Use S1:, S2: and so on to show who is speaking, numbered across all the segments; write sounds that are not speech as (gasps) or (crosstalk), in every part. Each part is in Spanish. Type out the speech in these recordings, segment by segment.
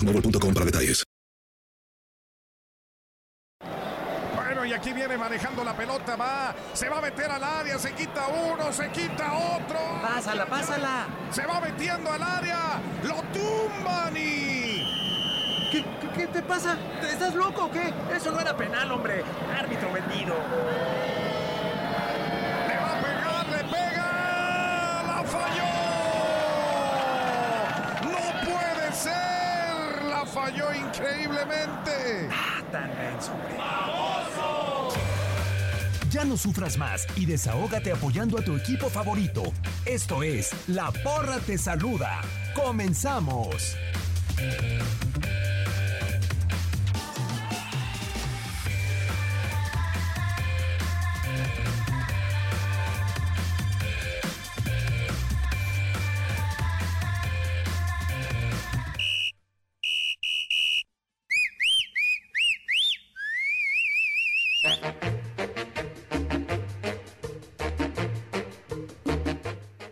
S1: boostmobile.com para detalles.
S2: Bueno, y aquí viene manejando la pelota, va, se va a meter al área, se quita uno, se quita otro.
S3: Pásala, pásala.
S2: Se va metiendo al área, lo tumban y...
S4: ¿Qué, qué, qué te pasa? ¿Estás loco o qué? Eso no era penal, hombre. Árbitro vendido.
S2: Le va a pegar, le pega, la falló. No puede ser, la falló increíblenmente.
S4: Ah, tan menso, hombre.
S5: Ya no sufras más y desahógate apoyando a tu equipo favorito. Esto es La Porra Te Saluda. ¡Comenzamos!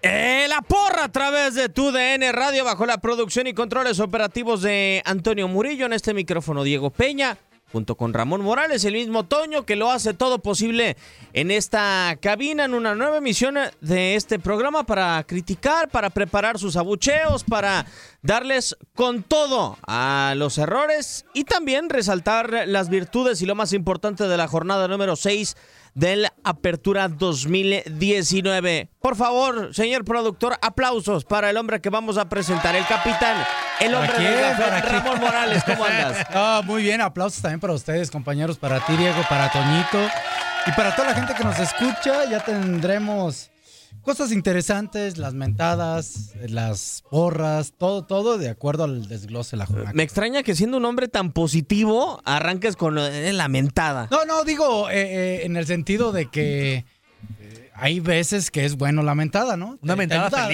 S6: Eh, la porra a través de tu DN Radio bajo la producción y controles operativos de Antonio Murillo en este micrófono Diego Peña junto con Ramón Morales, el mismo Toño que lo hace todo posible en esta cabina, en una nueva emisión de este programa para criticar, para preparar sus abucheos, para darles con todo a los errores y también resaltar las virtudes y lo más importante de la jornada número 6 del Apertura 2019. Por favor, señor productor, aplausos para el hombre que vamos a presentar, el capitán, el hombre
S7: ¿Para
S6: de
S7: quién?
S6: la fe,
S7: ¿Para quién?
S6: Ramón Morales,
S7: (laughs)
S6: ¿cómo andas?
S7: Ah, muy bien, aplausos también para ustedes, compañeros, para ti, Diego, para Toñito y para toda la gente que nos escucha. Ya tendremos cosas interesantes, las mentadas, las porras, todo, todo de acuerdo al desglose de la jornada.
S6: Me extraña que siendo un hombre tan positivo arranques con eh, lo de lamentada.
S7: No, no, digo eh, eh, en el sentido de que eh, hay veces que es bueno la mentada, ¿no?
S8: Una
S7: Te- te
S8: mentada
S7: ayuda a-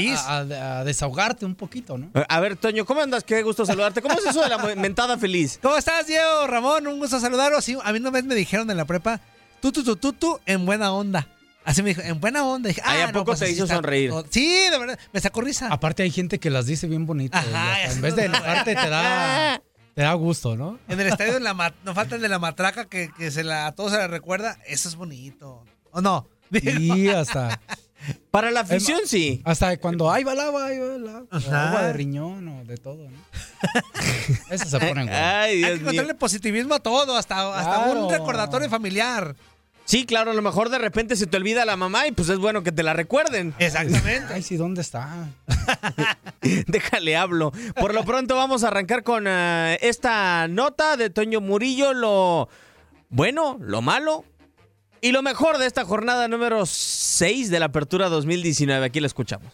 S8: feliz.
S7: A, a desahogarte un poquito, ¿no?
S6: A ver, Toño, ¿cómo andas? Qué gusto saludarte. ¿Cómo es eso de la mo- mentada feliz?
S8: ¿Cómo estás, Diego? Ramón, un gusto saludaros. Sí, a mí una vez me dijeron en la prepa, tú, tú, tú, tú, tú, en buena onda. Así me dijo, en buena onda. Dije,
S6: Ay, ¿a
S8: "Ah,
S6: poco te
S8: así
S6: hizo sonreír?
S8: Sí, de verdad, me sacó risa.
S7: Aparte hay gente que las dice bien bonito.
S8: Ajá,
S7: y hasta
S8: eso
S7: en vez de
S8: es lo bueno.
S7: enojarte te da, te da
S8: (laughs)
S7: gusto, ¿no?
S8: En el estadio en la ma- no falta el de la matraca que, que se la, a todos se la recuerda. Eso es bonito. ¿O no?
S7: Y hasta...
S6: Para
S7: Em,
S6: la afición, sí.
S7: Hasta cuando ahí va el agua, ahí va el agua. o
S8: Ajá.
S7: Agua de riñón o de todo,
S8: (laughs)
S7: ¿no? Eso se ponen, güey.
S6: Ay,
S8: Hay que
S6: Dios mío.
S8: encontrarle positivismo a todo, hasta, hasta
S7: Claro.
S8: un recordatorio familiar.
S6: Sí, claro, a lo mejor de repente se te olvida la mamá y pues es bueno que te la recuerden. (laughs)
S8: Exactamente. (laughs)
S7: Ay, sí, ¿dónde está?
S6: Déjale hablo. Por lo pronto vamos a arrancar con eh, esta nota de Toño Murillo, lo bueno, lo malo y lo mejor de esta jornada número 6 de la Apertura 2019. Aquí la escuchamos.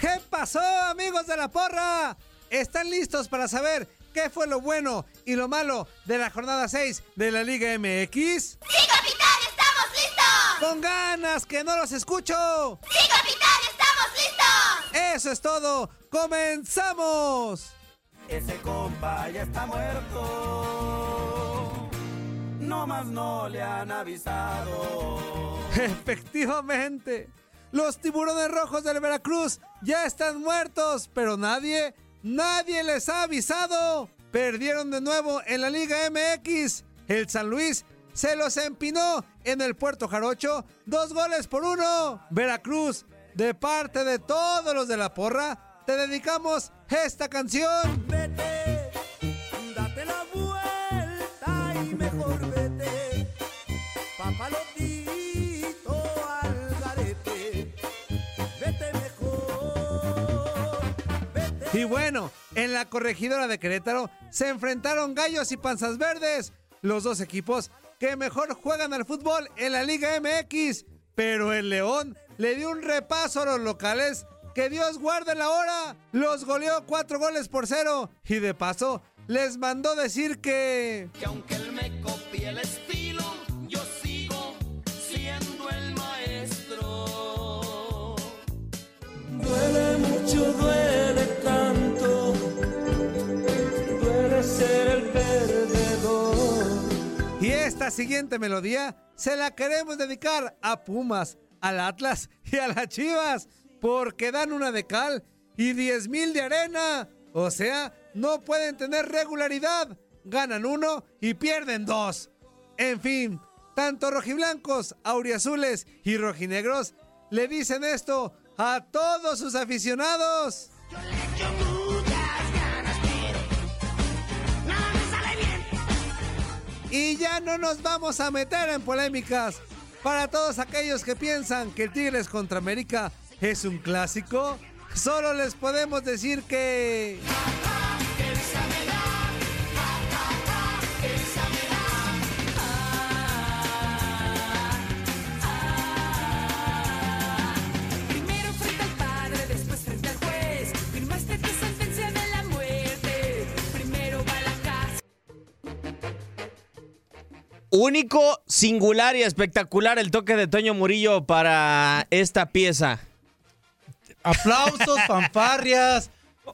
S8: ¿Qué pasó, amigos de la porra? están listos para saber qué fue lo bueno y lo malo de la jornada 6 de la Liga MX.
S9: ¡Sí, capitán, estamos listos!
S8: ¡Con ganas que no los escucho!
S9: ¡Sí, capitán, estamos listos!
S8: Eso es todo, comenzamos.
S10: Ese compa ya está muerto. No más no le han avisado.
S8: (laughs) Efectivamente, los tiburones rojos del Veracruz ya están muertos, pero nadie, nadie les ha avisado. Perdieron de nuevo en la Liga MX. El San Luis se los empinó en el Puerto Jarocho. Dos goles por uno. Veracruz, de parte de todos los de la porra, te dedicamos esta canción.
S10: Vete, date la vuelta y mejor vete. Papalotito al garete. Vete mejor. Vete.
S8: Y bueno, en la corregidora de Querétaro se enfrentaron gallos y panzas verdes. Los dos equipos que mejor juegan al fútbol en la Liga MX. Pero el León le dio un repaso a los locales que Dios guarde la hora. Los goleó cuatro goles por cero. Y de paso, les mandó decir que.
S10: Que aunque él me copie el estilo, yo sigo siendo el maestro. Duele mucho, duele tanto. Duele ser el perdedor.
S8: Y esta siguiente melodía se la queremos dedicar a Pumas, al Atlas y a las Chivas porque dan una de cal y 10 mil de arena. O sea, no pueden tener regularidad. Ganan uno y pierden dos. En fin, tanto rojiblancos, auriazules y rojinegros le dicen esto a todos sus aficionados.
S10: Yo le echo muchas ganas, pero nada me sale bien.
S8: Y ya no nos vamos a meter en polémicas. Para todos aquellos que piensan que el Tigres contra América es un clásico, solo les podemos decir que...
S10: Primero frente al padre, después frente al juez. Firmaste tu sentencia de la muerte. Primero va la casa.
S6: Único, singular y espectacular el toque de Toño Murillo para esta pieza.
S8: (laughs)
S7: Aplausos, fanfarrias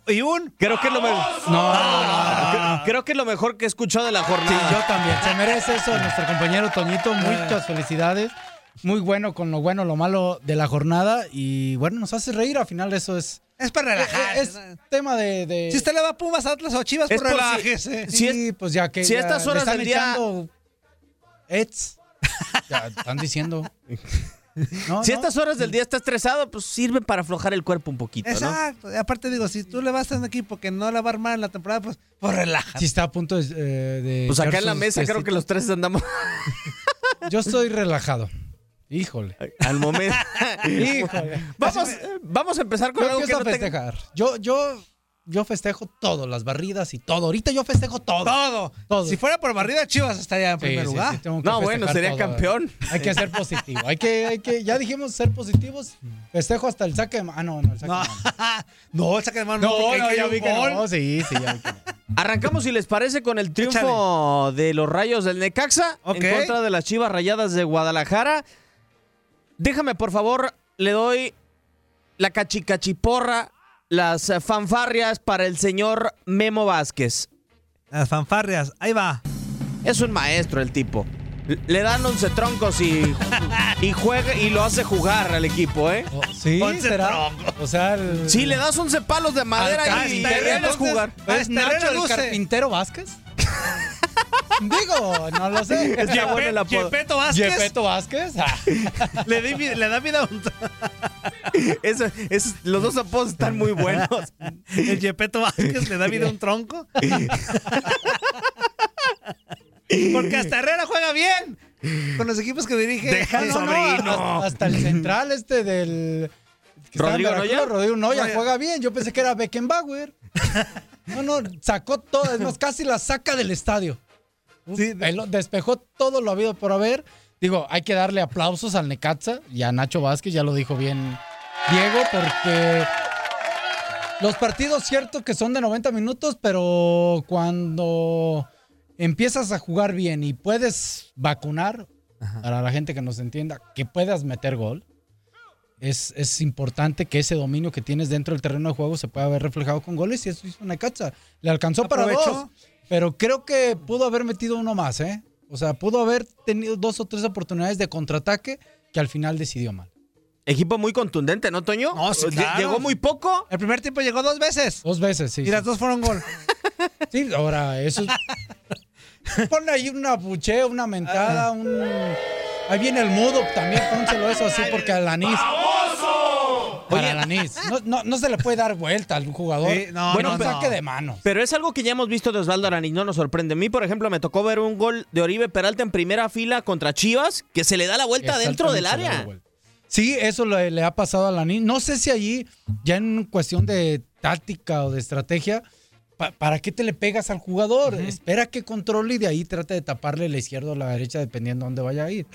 S7: y un.
S6: Creo que es lo mejor.
S7: No, no, no,
S8: Ah.
S7: no.
S6: Creo que es lo mejor que he escuchado de la
S7: Sí,
S6: jornada.
S7: yo también. Se merece eso nuestro compañero Toñito. Muchas felicidades. Muy bueno con lo bueno, lo malo de la jornada. Y bueno, nos hace reír. Al final, eso es. eh,
S8: Es para relajar.
S7: Es, es tema de. de-
S8: Si usted le va a Pumas, Atlas o Chivas,
S6: Es
S8: pues
S6: por si-
S8: relájese.
S6: si es-
S7: Sí, pues ya que.
S6: si
S7: ya
S6: estas
S7: le
S6: horas
S7: están
S6: del día-
S7: echando
S6: (laughs)
S7: Eds. Ya están diciendo. No,
S6: Si
S7: no.
S6: a estas horas del día está estresado, pues sirve para aflojar el cuerpo un poquito, ¿no?
S8: Exacto. Y Aparte digo, si tú le vas a un equipo que no la va a armar en la temporada, pues, pues relájate.
S7: Si está a punto de. eh, de
S6: Pues acá
S7: echar
S6: en la
S7: sus
S6: mesa creo que los tres andamos (laughs)
S7: tecitos. Yo estoy relajado. Híjole.
S6: al
S8: (laughs)
S6: momento.
S7: Híjole.
S6: vamos, vamos a empezar con
S7: Yo
S6: algo que
S7: empiezo
S6: no
S7: a
S6: tenga...
S7: festejar. Yo, yo, yo festejo todo, las barridas y todo. Ahorita yo festejo todo.
S8: Todo.
S7: Todo.
S8: Si fuera por barrida, Chivas estaría en
S7: Sí,
S8: primer
S7: sí,
S8: lugar.
S7: sí, tengo que
S6: No, bueno,
S7: festejar
S6: sería
S7: todo.
S6: campeón.
S7: Hay que ser positivo. Hay que, hay que, ya dijimos ser positivos. Festejo hasta el saque de ma- Ah, no, no, el saque
S8: No,
S7: de mano.
S8: (laughs) no, saca de mano.
S7: No,
S8: porque
S7: no,
S8: hay
S7: ya
S8: un
S7: vi que
S8: gol.
S7: no. Sí, sí, ya vi que no.
S6: Arrancamos, si les parece, con el triunfo de los rayos del Necaxa
S8: Ok.
S6: en contra de las Chivas Rayadas de Guadalajara. Déjame, por favor, le doy la cachicachiporra, las eh, fanfarrias para el señor Memo Vázquez.
S8: Las fanfarrias, ahí va.
S6: Es un maestro el tipo. L- Le dan 11 troncos y, y juega y lo hace jugar al equipo, ¿eh?
S7: Oh, sí,
S8: Once
S7: será.
S8: troncos.
S7: O sea, el.
S6: Sí, le das 11 palos de madera
S8: Ah,
S7: Al
S6: y
S7: carpintero,
S6: te
S8: entonces-
S6: a jugar.
S7: ¿Es
S8: Hasta
S7: Nacho
S8: Herrera
S7: el
S8: luce.
S6: (laughs)
S7: carpintero Vázquez? (laughs) Digo, no lo sé.
S6: Es que bueno el apodo.
S8: Yepeto Vázquez
S7: ¿Yepeto Vázquez? Ah,
S8: (laughs) le, di vi- le da vida a un...
S6: Eso- eso- los dos apodos están muy buenos.
S8: El Yepeto Vázquez le da vida a un tronco. (laughs) Porque hasta Herrera juega bien. Con los equipos que dirige. Ah,
S7: no, no, hasta- Hasta el central este del. que estaba en
S6: ¿Rodrigo
S7: Veracruz,
S6: Noya?
S7: Rodrigo Noya
S8: Noya.
S7: juega bien. Yo pensé que era Beckenbauer. No, no, sacó todo. Es más, casi la saca del estadio.
S8: Sí,
S7: Él lo- despejó todo lo habido por haber. Digo, hay que darle aplausos al Necaxa y a Nacho Vázquez, ya lo dijo bien Diego, porque Los partidos, cierto que son de 90 minutos, pero cuando empiezas a jugar bien y puedes vacunar, para la gente que nos entienda, que puedas meter gol, es, es importante que ese dominio que tienes dentro del terreno de juego se pueda ver reflejado con goles. Y eso hizo Necaxa. Le alcanzó para
S11: Aprovechó.
S7: dos, pero creo que pudo haber metido uno más, ¿eh? O sea, pudo haber tenido dos o tres oportunidades de contraataque que al final decidió mal.
S6: Equipo muy contundente, ¿no, Toño? No,
S7: sí, claro.
S6: Llegó muy poco.
S11: El primer tiempo llegó dos veces.
S7: Dos veces, sí.
S11: Y las dos fueron gol.
S7: (laughs) Sí, ahora eso. (laughs) Ponle ahí una buchea, una mentada, un. Ahí viene el mudo también, pónselo eso así porque al anís. Para el anís. No, no- no se le puede dar vuelta al jugador.
S6: Sí, no,
S7: no,
S6: no,
S7: un
S6: no.
S7: saque de mano.
S6: Pero es algo que ya hemos visto de Osvaldo Araniz, no nos sorprende. A mí, por ejemplo, me tocó ver un gol de Oribe Peralta en primera fila contra Chivas, que se le da la vuelta dentro del
S7: Exactamente, se le da
S6: área.
S7: la vuelta. Sí, eso le, le ha pasado a Lanín. No sé si allí, ya en cuestión de táctica o de estrategia, pa- ¿para qué te le pegas al jugador? Espera que controle y de ahí trata de taparle la izquierda o la derecha, dependiendo a dónde vaya a ir.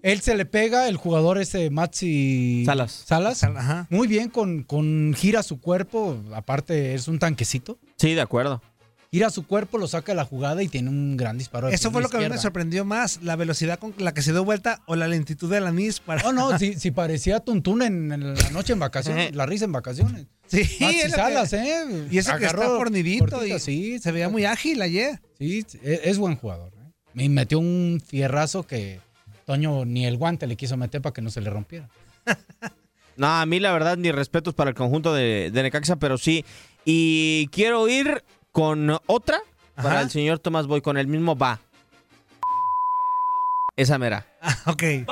S7: Él se le pega, el jugador ese Maxi Salas. Salas. Muy bien, con, con gira su cuerpo. Aparte, es un tanquecito.
S6: Sí, de acuerdo.
S7: Gira su cuerpo, lo saca de la jugada y tiene un gran disparo. de
S11: Eso fue
S7: pierna
S11: lo que a mí me
S7: izquierda.
S11: sorprendió más, la velocidad con la que se dio vuelta o la lentitud de Alanis para... (laughs)
S6: Oh,
S7: No, no, si, si parecía Tuntún en, en la noche en vacaciones, la risa en vacaciones.
S6: Ah,
S7: Sí,
S11: es lo que-
S7: Salas, ¿eh?
S11: Y eso que está fornidito y
S7: se veía muy
S11: (laughs)
S7: ágil ayer. Sí, es, es buen jugador. ¿eh? Me metió un fierrazo que Toño ni el guante le quiso meter para que no se le rompiera.
S6: No, a mí la verdad, mis respetos para el conjunto de, de Necaxa, pero sí. Y quiero ir con otra para el señor Tomás Boy, con el mismo va. Esa mera.
S11: Ah, Ok. Y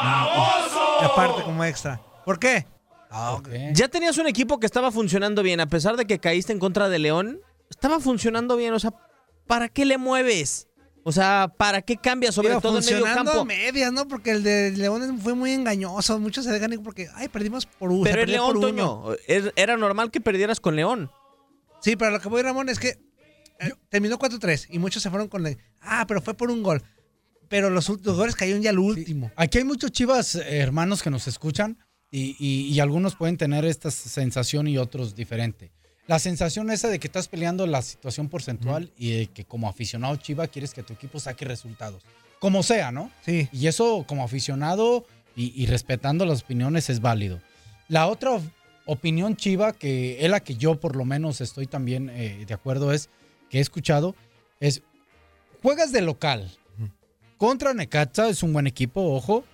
S11: Aparte, como extra. ¿Por qué? Ah,
S6: Ya tenías un equipo que estaba funcionando bien, a pesar de que caíste en contra de León, estaba funcionando bien. O sea, ¿para qué le mueves? O sea, ¿para qué cambias? Sobre
S11: Digo,
S6: todo en medio
S11: funcionando
S6: campo.
S11: a medias, ¿no? Porque el de León fue muy engañoso. Muchos se dejan ir porque, ay, perdimos por uno.
S6: Pero el
S11: perdí por
S6: León,
S11: uno.
S6: Toño, er- era normal que perdieras con León.
S11: Sí, pero lo que voy, Ramón, es que eh, terminó 4-3 y muchos se fueron con el, ah, pero fue por un gol. Pero los, ult- los goles cayeron ya al último.
S7: Aquí hay muchos chivas eh, hermanos que nos escuchan y, y- y algunos pueden tener esta sensación y otros diferente. La sensación esa de que estás peleando la situación porcentual y de que como aficionado chiva quieres que tu equipo saque resultados. Como sea, ¿no?
S11: Sí.
S7: Y eso como aficionado y, y respetando las opiniones es válido. La otra op- opinión chiva, que es la que yo por lo menos estoy también eh, de acuerdo, es que he escuchado, es juegas de local, contra Necaxa, es un buen equipo, ojo.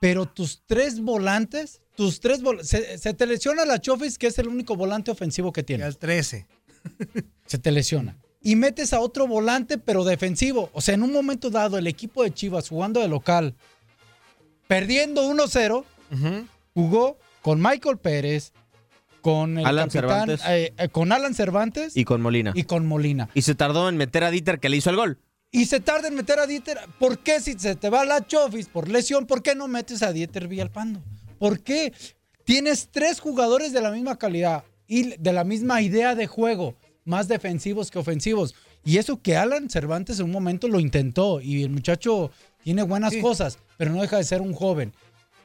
S7: Pero tus tres volantes, tus tres vol- se, se te lesiona la Chofis, que es el único volante ofensivo que tiene. Al
S11: 13.
S7: se te lesiona. Y metes a otro volante, pero defensivo. O sea, en un momento dado, el equipo de Chivas jugando de local, perdiendo 1-0, jugó con Michael Pérez, con el
S6: Alan
S7: capitán,
S6: Cervantes.
S7: eh, eh, con Alan Cervantes
S6: Y con Molina.
S7: y con Molina.
S6: Y se tardó en meter a Dieter que le hizo el gol.
S7: Y se tarda en meter a Dieter. ¿Por qué si se te va la Chofis por lesión, por qué no metes a Dieter Villalpando? ¿Por qué? Tienes tres jugadores de la misma calidad y de la misma idea de juego, más defensivos que ofensivos. Y eso que Alan Cervantes en un momento lo intentó y el muchacho tiene buenas cosas, pero no deja de ser un joven.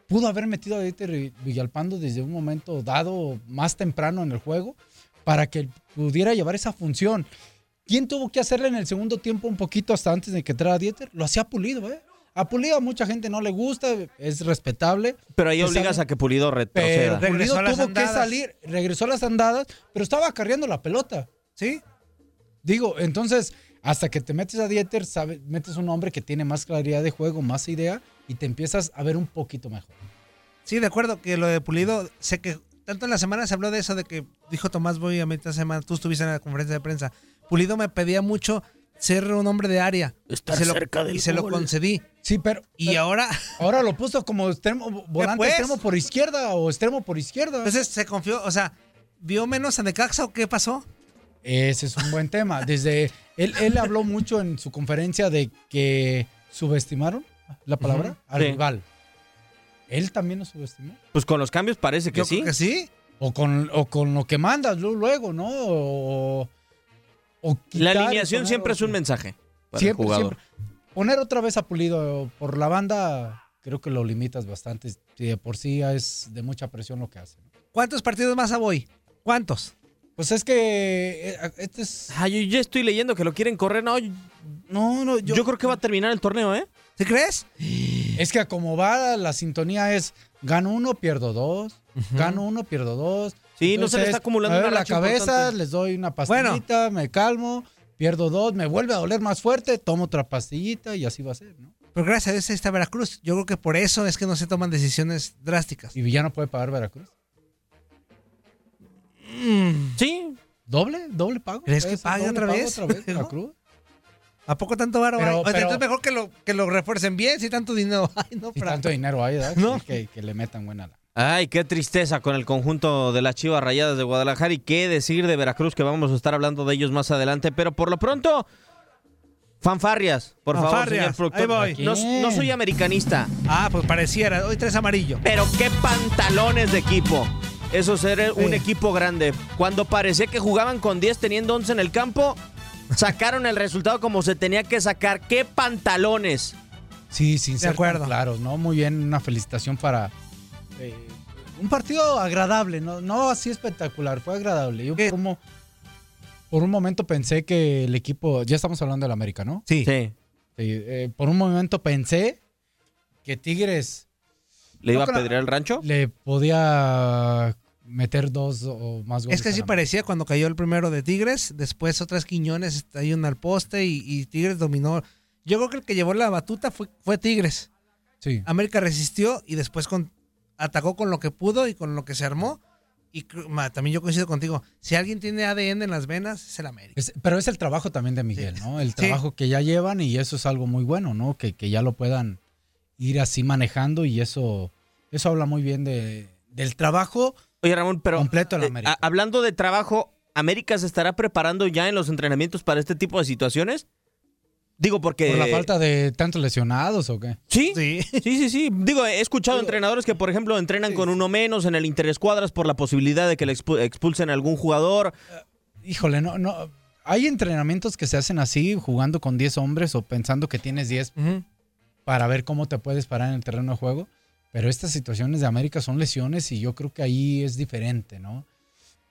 S7: Pudo haber metido a Dieter Villalpando desde un momento dado más temprano en el juego para que pudiera llevar esa función. ¿Quién tuvo que hacerle en el segundo tiempo un poquito hasta antes de que entrara Dieter? Lo hacía Pulido, ¿eh? A Pulido a mucha gente no le gusta, es respetable.
S6: Pero ahí
S7: Que
S6: obligas
S7: salga-
S6: a que Pulido
S7: Pero
S6: retroceda.
S7: Pulido tuvo que salir, regresó a las andadas, pero estaba cargando la pelota.
S11: Sí.
S7: Digo, entonces, hasta que te metes a Dieter, sabe- metes un hombre que tiene más claridad de juego, más idea, y te empiezas a ver un poquito mejor.
S11: Sí, de acuerdo que lo de Pulido, sé que tanto en la semana se habló de eso, de que dijo Tomás Boy a mitad de semana, tú estuviste en la conferencia de prensa. Pulido me pedía mucho ser un hombre de área.
S7: Estar
S11: Y se lo-
S7: cerca del
S11: Y se lo
S7: gol.
S11: concedí.
S7: Sí, pero.
S11: Y ahora. (laughs)
S7: Ahora lo puso como extremo, volante
S11: pues?
S7: extremo por izquierda o extremo por izquierda.
S8: Pues
S11: Entonces se confió, o sea, ¿vio menos a Necaxa o qué pasó?
S7: Ese es un buen tema. Desde él, él habló mucho en su conferencia de que subestimaron la palabra
S6: Ujú.
S7: al
S6: Sí.
S7: rival. Él también lo subestimó.
S6: Pues con los cambios parece que sí.
S11: sí.
S7: O con, o con lo que mandas lu- luego, ¿no? O, o
S6: La
S7: quitar y
S6: alineación
S7: poner
S6: siempre es
S7: otro.
S6: un mensaje para el
S7: Siempre,
S6: jugador.
S7: siempre. Poner otra vez a Pulido por la banda, creo que lo limitas bastante. Si de por sí es de mucha presión lo que hace.
S11: ¿Cuántos partidos más a Boy? ¿Cuántos?
S7: Pues es que eh, este es...
S6: Ah, yo ya estoy leyendo que lo quieren correr. No,
S7: no, no
S6: yo... yo creo que va a terminar el torneo, ¿eh?
S7: ¿Te crees? Es que como va la sintonía es gano uno, pierdo dos, uh -huh. gano uno, pierdo dos.
S6: Sí, Entonces, no se le está acumulando
S7: me duele la cabeza, importante. les doy una pastillita, bueno. me calmo, pierdo dos, me vuelve a doler más fuerte, tomo otra pastillita y así va a ser, ¿no?
S11: Pero gracias a Dios está Veracruz. Yo creo que por eso es que no se toman decisiones drásticas.
S7: ¿Y Villano puede pagar Veracruz?
S6: Mm. Sí.
S7: ¿Doble? ¿Doble pago?
S11: ¿Crees que pague otra vez?
S7: otra vez? Veracruz? ¿No?
S11: ¿A poco tanto varo pero, hay? O sea, pero, entonces mejor que lo, que lo refuercen bien si tanto dinero (laughs) hay, ¿no?
S7: Si tanto dinero hay, ¿verdad? ¿No? Que, que, le metan buena la.
S6: Ay, qué tristeza con el conjunto de las Chivas Rayadas de Guadalajara y qué decir de Veracruz que vamos a estar hablando de ellos más adelante, pero por lo pronto fanfarrias, por fanfarrias. favor, señor
S11: Ahí voy.
S6: No, no, soy americanista.
S11: Ah, pues pareciera, hoy tres amarillo.
S6: Pero qué pantalones de equipo. Eso ser un eh. equipo grande. Cuando parecía que jugaban con 10 teniendo 11 en el campo, sacaron el resultado como se tenía que sacar. ¡Qué pantalones!
S7: Sí, sin ser acuerdo. claros, ¿no? Muy bien, una felicitación para. Eh, un partido agradable, ¿no? No así espectacular, fue agradable. Yo como. Por un momento pensé que el equipo. Ya estamos hablando del América, ¿no?
S6: Sí.
S7: sí. Eh, por un momento pensé que Tigres.
S6: ¿Le iba a pedrear el rancho?
S7: Le podía meter dos o más goles.
S11: Es que así parecía cuando cayó el primero de Tigres, después otras Quiñones hay una al poste y, y, Tigres dominó. Yo creo que el que llevó la batuta fue, fue Tigres.
S7: Sí.
S11: América resistió y después con, atacó con lo que pudo y con lo que se armó. Y ma, también yo coincido contigo, si alguien tiene ADN en las venas, es el América.
S7: Es, pero es el trabajo también de Miguel, sí. ¿no? El trabajo sí. que ya llevan y eso es algo muy bueno, ¿no? Que, que ya lo puedan ir así manejando y eso, eso habla muy bien de, del trabajo
S6: Oye, Ramón, pero
S7: completo en
S6: América. Eh, a, hablando de trabajo, ¿América se estará preparando ya en los entrenamientos para este tipo de situaciones? Digo, porque.
S7: ¿Por la falta de tantos lesionados o qué?
S6: Sí. Sí, (laughs) sí, sí. sí. Digo, he escuchado Digo, entrenadores que, por ejemplo, entrenan sí. con uno menos en el interescuadras por la posibilidad de que le expulsen a algún jugador.
S7: Híjole, no, no. Hay entrenamientos que se hacen así, jugando con 10 hombres o pensando que tienes 10 uh -huh. para ver cómo te puedes parar en el terreno de juego. Pero estas situaciones de América son lesiones y yo creo que ahí es diferente, ¿no?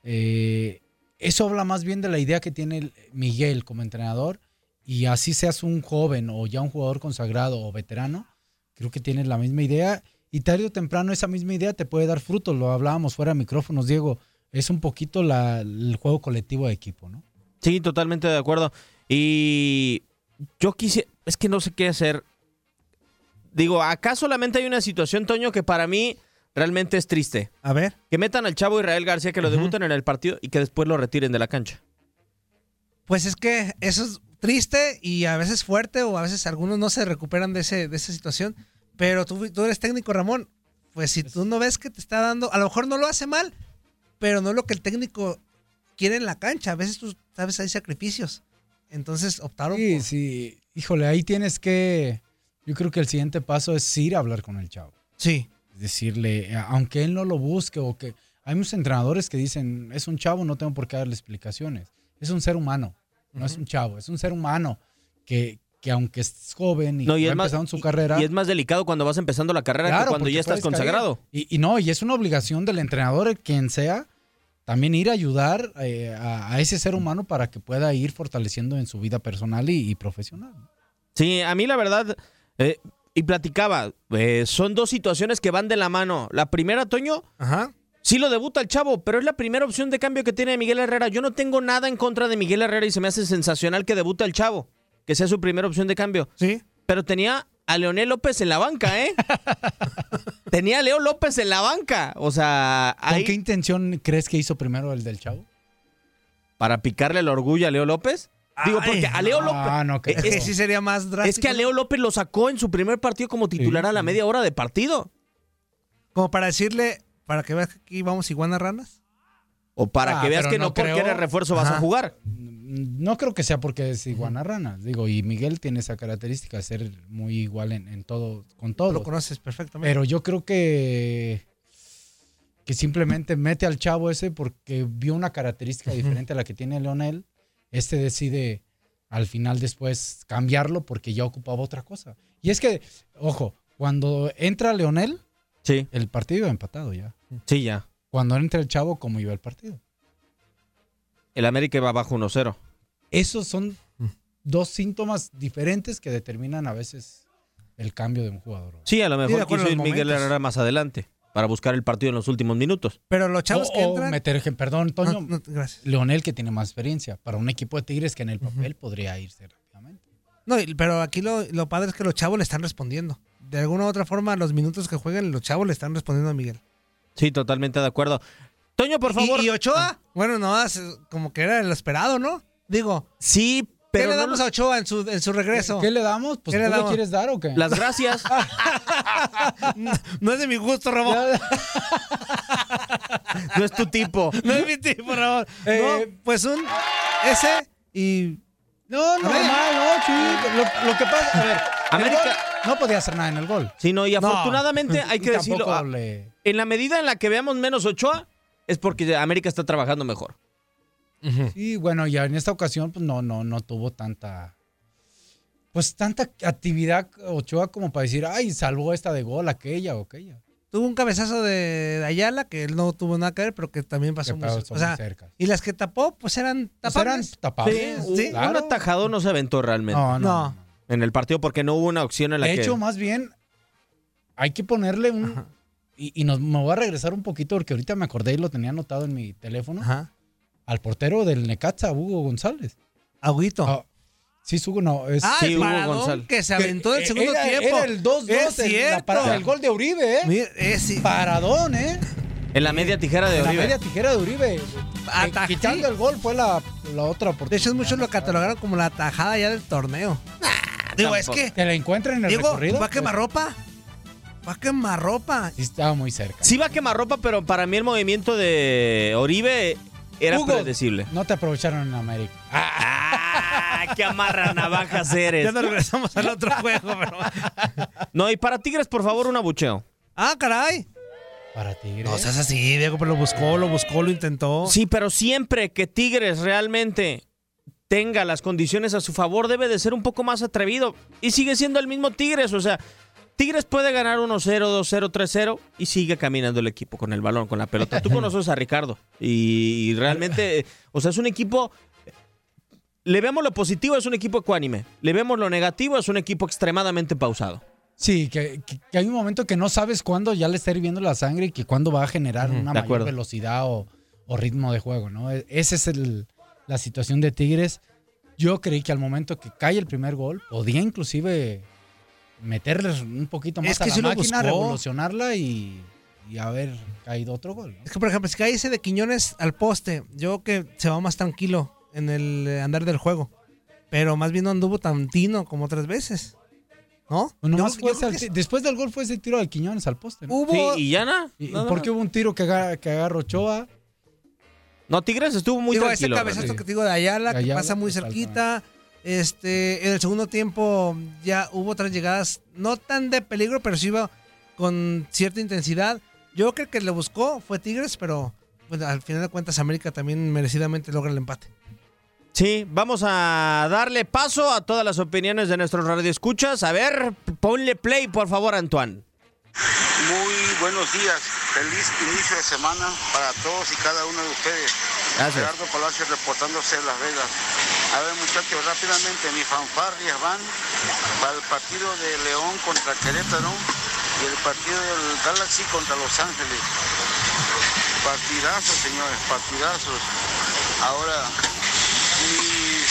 S7: Eh, eso habla más bien de la idea que tiene Miguel como entrenador y así seas un joven o ya un jugador consagrado o veterano, creo que tienes la misma idea y tarde o temprano esa misma idea te puede dar frutos, lo hablábamos fuera de micrófonos, Diego, es un poquito la, el juego colectivo de equipo, ¿no?
S6: Sí, totalmente de acuerdo. Y yo quise, es que no sé qué hacer, digo, acá solamente hay una situación, Toño, que para mí realmente es triste.
S11: A ver.
S6: Que metan al chavo Israel García, que lo uh -huh. debutan en el partido y que después lo retiren de la cancha.
S11: Pues es que eso es triste y a veces fuerte o a veces algunos no se recuperan de, ese, de esa situación. Pero tú, tú eres técnico, Ramón. Pues si tú no ves que te está dando, a lo mejor no lo hace mal, pero no es lo que el técnico quiere en la cancha. A veces tú sabes, hay sacrificios. Entonces optaron
S7: sí, por... Sí, Híjole, ahí tienes que... Yo creo que el siguiente paso es ir a hablar con el chavo.
S11: Sí.
S7: Decirle, aunque él no lo busque o que... Hay muchos entrenadores que dicen, es un chavo, no tengo por qué darle explicaciones. Es un ser humano, no uh -huh. es un chavo, es un ser humano que, que aunque es joven y, no, y
S6: es
S7: más, empezando su carrera...
S6: Y, y, es más delicado cuando vas empezando la carrera claro, que cuando ya estás consagrado.
S7: Y, y, no, y es una obligación del entrenador, quien sea, también ir a ayudar eh, a, a, ese ser humano para que pueda ir fortaleciendo en su vida personal y, y profesional.
S6: Sí, a mí la verdad... Eh, y platicaba, eh, son dos situaciones que van de la mano. La primera, Toño,
S11: Ajá.
S6: sí lo debuta el chavo, pero es la primera opción de cambio que tiene Miguel Herrera. Yo no tengo nada en contra de Miguel Herrera y se me hace sensacional que debuta el chavo, que sea su primera opción de cambio.
S11: Sí.
S6: Pero tenía a Leonel López en la banca, ¿eh? tenía a Leo López en la banca. O sea,
S7: ¿con ahí... qué intención crees que hizo primero el del chavo?
S6: ¿Para picarle el orgullo a Leo López? Digo, porque a Leo López.
S7: Ah,
S11: No, no, es, que sí sería más drástico.
S6: Es que a Leo López lo sacó en su primer partido como titular sí, a la media hora de partido.
S11: Como para decirle, para que veas que aquí vamos iguana ranas.
S6: O para ah, que veas que no, creo... porque eres refuerzo Ajá. vas a jugar.
S7: No creo que sea porque es iguana ranas. Digo, y Miguel tiene esa característica de ser muy igual en, en todo, con todo.
S11: Lo conoces perfectamente.
S7: Pero yo creo que que simplemente mete al chavo ese porque vio una característica uh -huh. diferente a la que tiene Leonel este decide al final después cambiarlo porque ya ocupaba otra cosa. Y es que, ojo, cuando entra Leonel,
S6: sí.
S7: el partido empatado ya.
S6: Sí, ya.
S7: Cuando entra el chavo, ¿cómo iba el partido?
S6: El América iba abajo 1-0.
S7: Esos son dos síntomas diferentes que determinan a veces el cambio de un jugador.
S6: Sí, a lo
S7: Sí,
S6: mejor
S7: de acuerdo en
S6: quiso ir
S7: los
S6: Miguel
S7: momentos.
S6: Herrera más adelante para buscar el partido en los últimos minutos.
S7: Pero los
S6: chavos que entran- Ah,
S7: meter, gen- perdón, Toño. Leonel que tiene más experiencia para un equipo de Tigres que en el papel podría irse.
S8: No, y- pero aquí lo, lo padre es que los chavos le están respondiendo. De alguna u otra forma, los minutos que juegan, los chavos le están respondiendo a Miguel.
S6: Sí, totalmente de acuerdo. Toño, por favor. Ah.
S8: ¿Y, y Ochoa? Bueno, no, es, eh, como que era lo esperado, ¿no? Digo. ¿Qué
S6: Sí, pero
S8: le
S6: no
S8: damos
S6: lo-
S8: a Ochoa en su, en su regreso?
S7: ¿Qué le damos? Pues ¿tú le quieres dar o qué?
S6: Las gracias.
S8: (laughs) no es de mi gusto, Ramón.
S6: no es tu tipo.
S8: No es mi tipo, Ramón.
S7: Eh,
S8: no, pues un. Ese y.
S7: No, no, normal, no, sí. Lo, lo que pasa, a ver, el
S6: América-
S7: gol no podía hacer nada en el gol.
S6: Sí, no, y afortunadamente hay
S7: Y
S8: (laughs)
S6: que decirlo.
S7: tampoco
S6: ah,
S7: le-
S6: En la medida en la que veamos menos Ochoa, es porque América está trabajando mejor.
S7: Sí, bueno, ya en esta ocasión, pues no, no, no tuvo tanta. Pues tanta actividad Ochoa como para decir, ay, salvó esta de gol, aquella o aquella.
S8: Tuvo un cabezazo de Ayala que él no tuvo nada que ver, pero que también pasó
S7: Que
S8: muy,
S7: pasó
S8: o sea,
S7: muy cerca.
S8: Y las que tapó, pues eran tapables.
S6: Sí, un- Un atajado no se aventó realmente.
S7: No, no,
S6: En el partido porque no hubo una opción en la
S7: De
S6: que...
S7: hecho, más bien, hay que ponerle un. Y, y nos, me voy a regresar un poquito porque ahorita me acordé y lo tenía anotado en mi teléfono. Al portero del Necaxa, Hugo González. Ah,
S8: Aguito.
S7: Oh, sí, Hugo no. Es,
S8: Oh. Ah, el Sí, Hugo paradón González. que se aventó el segundo
S7: era-
S8: tiempo.
S7: Era el 2-2,
S8: Es
S7: el, la
S8: cierto.
S7: parada- el gol de Uribe, ¿eh?
S8: Mira, es-
S7: Paradón, ¿eh?
S6: En la media tijera de
S7: la
S6: Oribe.
S7: media tijera de Uribe. Eh, quitando el gol fue la, la otra oportunidad.
S8: De hecho, muchos lo catalogaron como la tajada ya del torneo. digo, es que-
S7: Te la encuentran en el
S8: Digo,
S7: recorrido. pues,
S8: ¿va a quemar ropa? Va a quemar ropa.
S7: Sí, estaba muy cerca.
S6: Sí va a quemar ropa, pero para mí el movimiento de Oribe era
S7: Hugo,
S6: predecible.
S7: No te aprovecharon en América.
S6: ¡Ah, qué amarra navajas
S7: (laughs)
S6: eres!
S8: Ya nos regresamos al (laughs) otro juego, pero...
S6: No, y para Tigres, por favor, un abucheo.
S8: Ah, caray.
S7: Para Tigres.
S8: No seas así, Diego, pero lo buscó, lo buscó, lo intentó.
S6: Sí, pero siempre que Tigres realmente tenga las condiciones a su favor, debe de ser un poco más atrevido. Y sigue siendo el mismo Tigres, o sea, Tigres puede ganar 1-0, 2-0, 3-0 y sigue caminando el equipo con el balón, con la pelota.
S8: (laughs)
S6: Tú conoces a Ricardo y, y realmente, eh, o sea, es un equipo... Le vemos lo positivo, es un equipo ecuánime. Le vemos lo negativo, es un equipo extremadamente pausado.
S7: Sí, que, que- que hay un momento que no sabes cuándo ya le está hirviendo la sangre y que cuándo va a generar
S6: Ujú,
S7: una
S6: de
S7: mayor
S6: acuerdo.
S7: velocidad o, o ritmo de juego, ¿no? E- Esa es el- la situación de Tigres. Yo creí que al momento que cae el primer gol, podía inclusive meterles un poquito más
S8: Es que
S7: a la
S8: sí lo
S7: máquina,
S8: buscó.
S7: revolucionarla y, y haber caído otro gol. ¿no?
S8: Es que, por ejemplo, si cae ese de Quiñones al poste, yo creo que se va más tranquilo en el eh, andar del juego. Pero más bien no anduvo tan tino como otras veces. ¿No?
S7: Bueno,
S8: Yo-
S7: Pues nomás
S8: yo
S7: fue
S8: creo
S7: ese
S8: que Uh,
S7: al-
S8: sí.
S7: Después del gol fue ese tiro de Quiñones al poste. ¿no?
S8: Hubo- Sí, y
S6: ya nada.
S7: ¿Y, y
S8: Nada
S7: por qué hubo un tiro que agarra, que agarra Ochoa?
S6: No, Tigres estuvo muy
S8: digo,
S6: tranquilo.
S8: ese cabezazo
S6: realmente.
S8: que te digo de Ayala,
S7: De Ayala,
S8: que pasa muy
S7: exactamente.
S8: cerquita. Este, en el segundo tiempo ya hubo otras llegadas, no tan de peligro, pero sí iba con cierta intensidad. Yo creo que le buscó, fue Tigres, pero bueno, al final de cuentas América también merecidamente logra el empate.
S6: Sí, vamos a darle paso a todas las opiniones de nuestros radioescuchas. A ver, ponle play, por favor, Antoine.
S3: Muy buenos días, feliz inicio de semana para todos y cada uno de ustedes.
S6: Gracias.
S3: Gerardo Palacio reportándose de Las Vegas. A ver muchachos, rápidamente mis fanfarrias van para el partido de León contra Querétaro y el partido del Galaxy contra Los Ángeles. Partidazos, señores, partidazos. Ahora, mis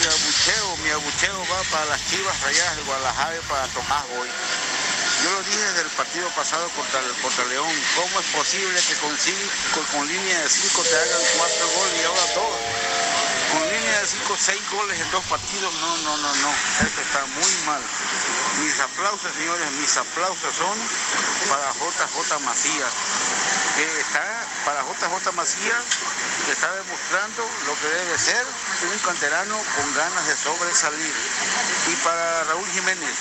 S3: mi abucheo, mi abucheo va para las Chivas Rayadas de Guadalajara y para Tomás Boy. Yo lo dije desde el partido pasado contra, el- contra León, ¿cómo es posible que con, cinco, con línea de 5 te hagan 4 goles y ahora 2? Con línea de 5, 6 goles en dos partidos, no, no, no, no, esto está muy mal. Mis aplausos, señores, mis aplausos son para JJ Macías, que está, para JJ Macías, que está demostrando lo que debe ser un canterano con ganas de sobresalir. Y para Raúl Jiménez,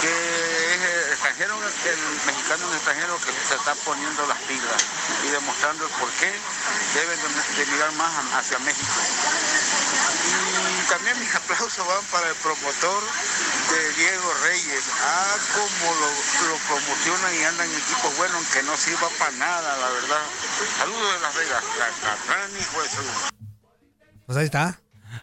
S3: que es el extranjero, el mexicano en el extranjero que se está poniendo las pilas y demostrando el por qué deben de, de mirar más hacia México. Y también mis aplausos van para el promotor de Diego Reyes. Ah, como lo, lo promocionan y andan en equipos buenos que no sirva para nada, la verdad. Saludos de Las Vegas. Cacatrán, hijo de su-
S8: Pues ahí está.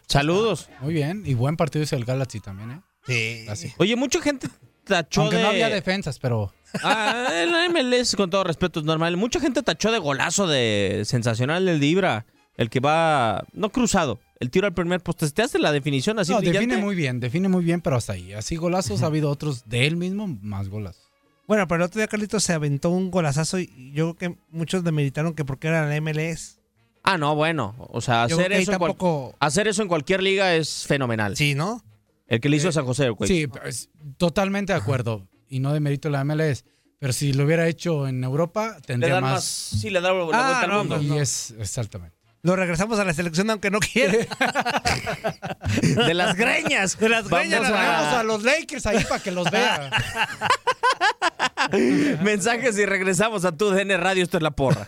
S6: Saludos.
S7: Muy bien. Y buen partido hizo el Galaxy también, ¿eh?
S8: Sí.
S6: Oye, mucha gente tachó
S7: Aunque
S6: de.
S7: no había defensas, pero.
S6: Ah, en la MLS, con todo respeto, es normal. Mucha gente tachó de golazo de sensacional el de Ibra. El que va. No cruzado. El tiro al primer poste. Si te hace la definición así.
S7: no, define
S6: brillante,
S7: muy bien, define muy bien, pero hasta ahí. Así golazos ha habido otros de él mismo, más golazos.
S8: Bueno, pero el otro día Carlitos se aventó un golazazo y yo creo que muchos demeritaron que porque era la MLS.
S6: Ah, no, bueno. O sea,
S8: Yo creo
S6: hacer
S8: que ahí
S6: eso, en cual-
S8: tampoco-
S6: hacer eso en cualquier liga es fenomenal.
S8: Sí, ¿no?
S6: El que le hizo a San José, güey.
S7: Sí, pues, totalmente de acuerdo. Y no de mérito la MLS. Pero si lo hubiera hecho en Europa,
S6: Le
S7: tendría
S6: dan
S7: más.
S6: más. Sí, le da la vuelta
S8: Ah,
S6: al
S8: no,
S6: mundo.
S8: pues,
S7: y
S8: no.
S7: es exactamente.
S8: Lo regresamos a la selección aunque no
S6: (laughs)
S8: quiere.
S7: (laughs)
S6: De las
S8: (laughs)
S6: greñas.
S8: De las greñas. las
S6: Vamos a-
S8: regresamos
S7: Vamos a los Lakers ahí para que los
S6: (laughs)
S7: vea.
S6: Mensajes y regresamos a tu DN Radio. Esto es la porra.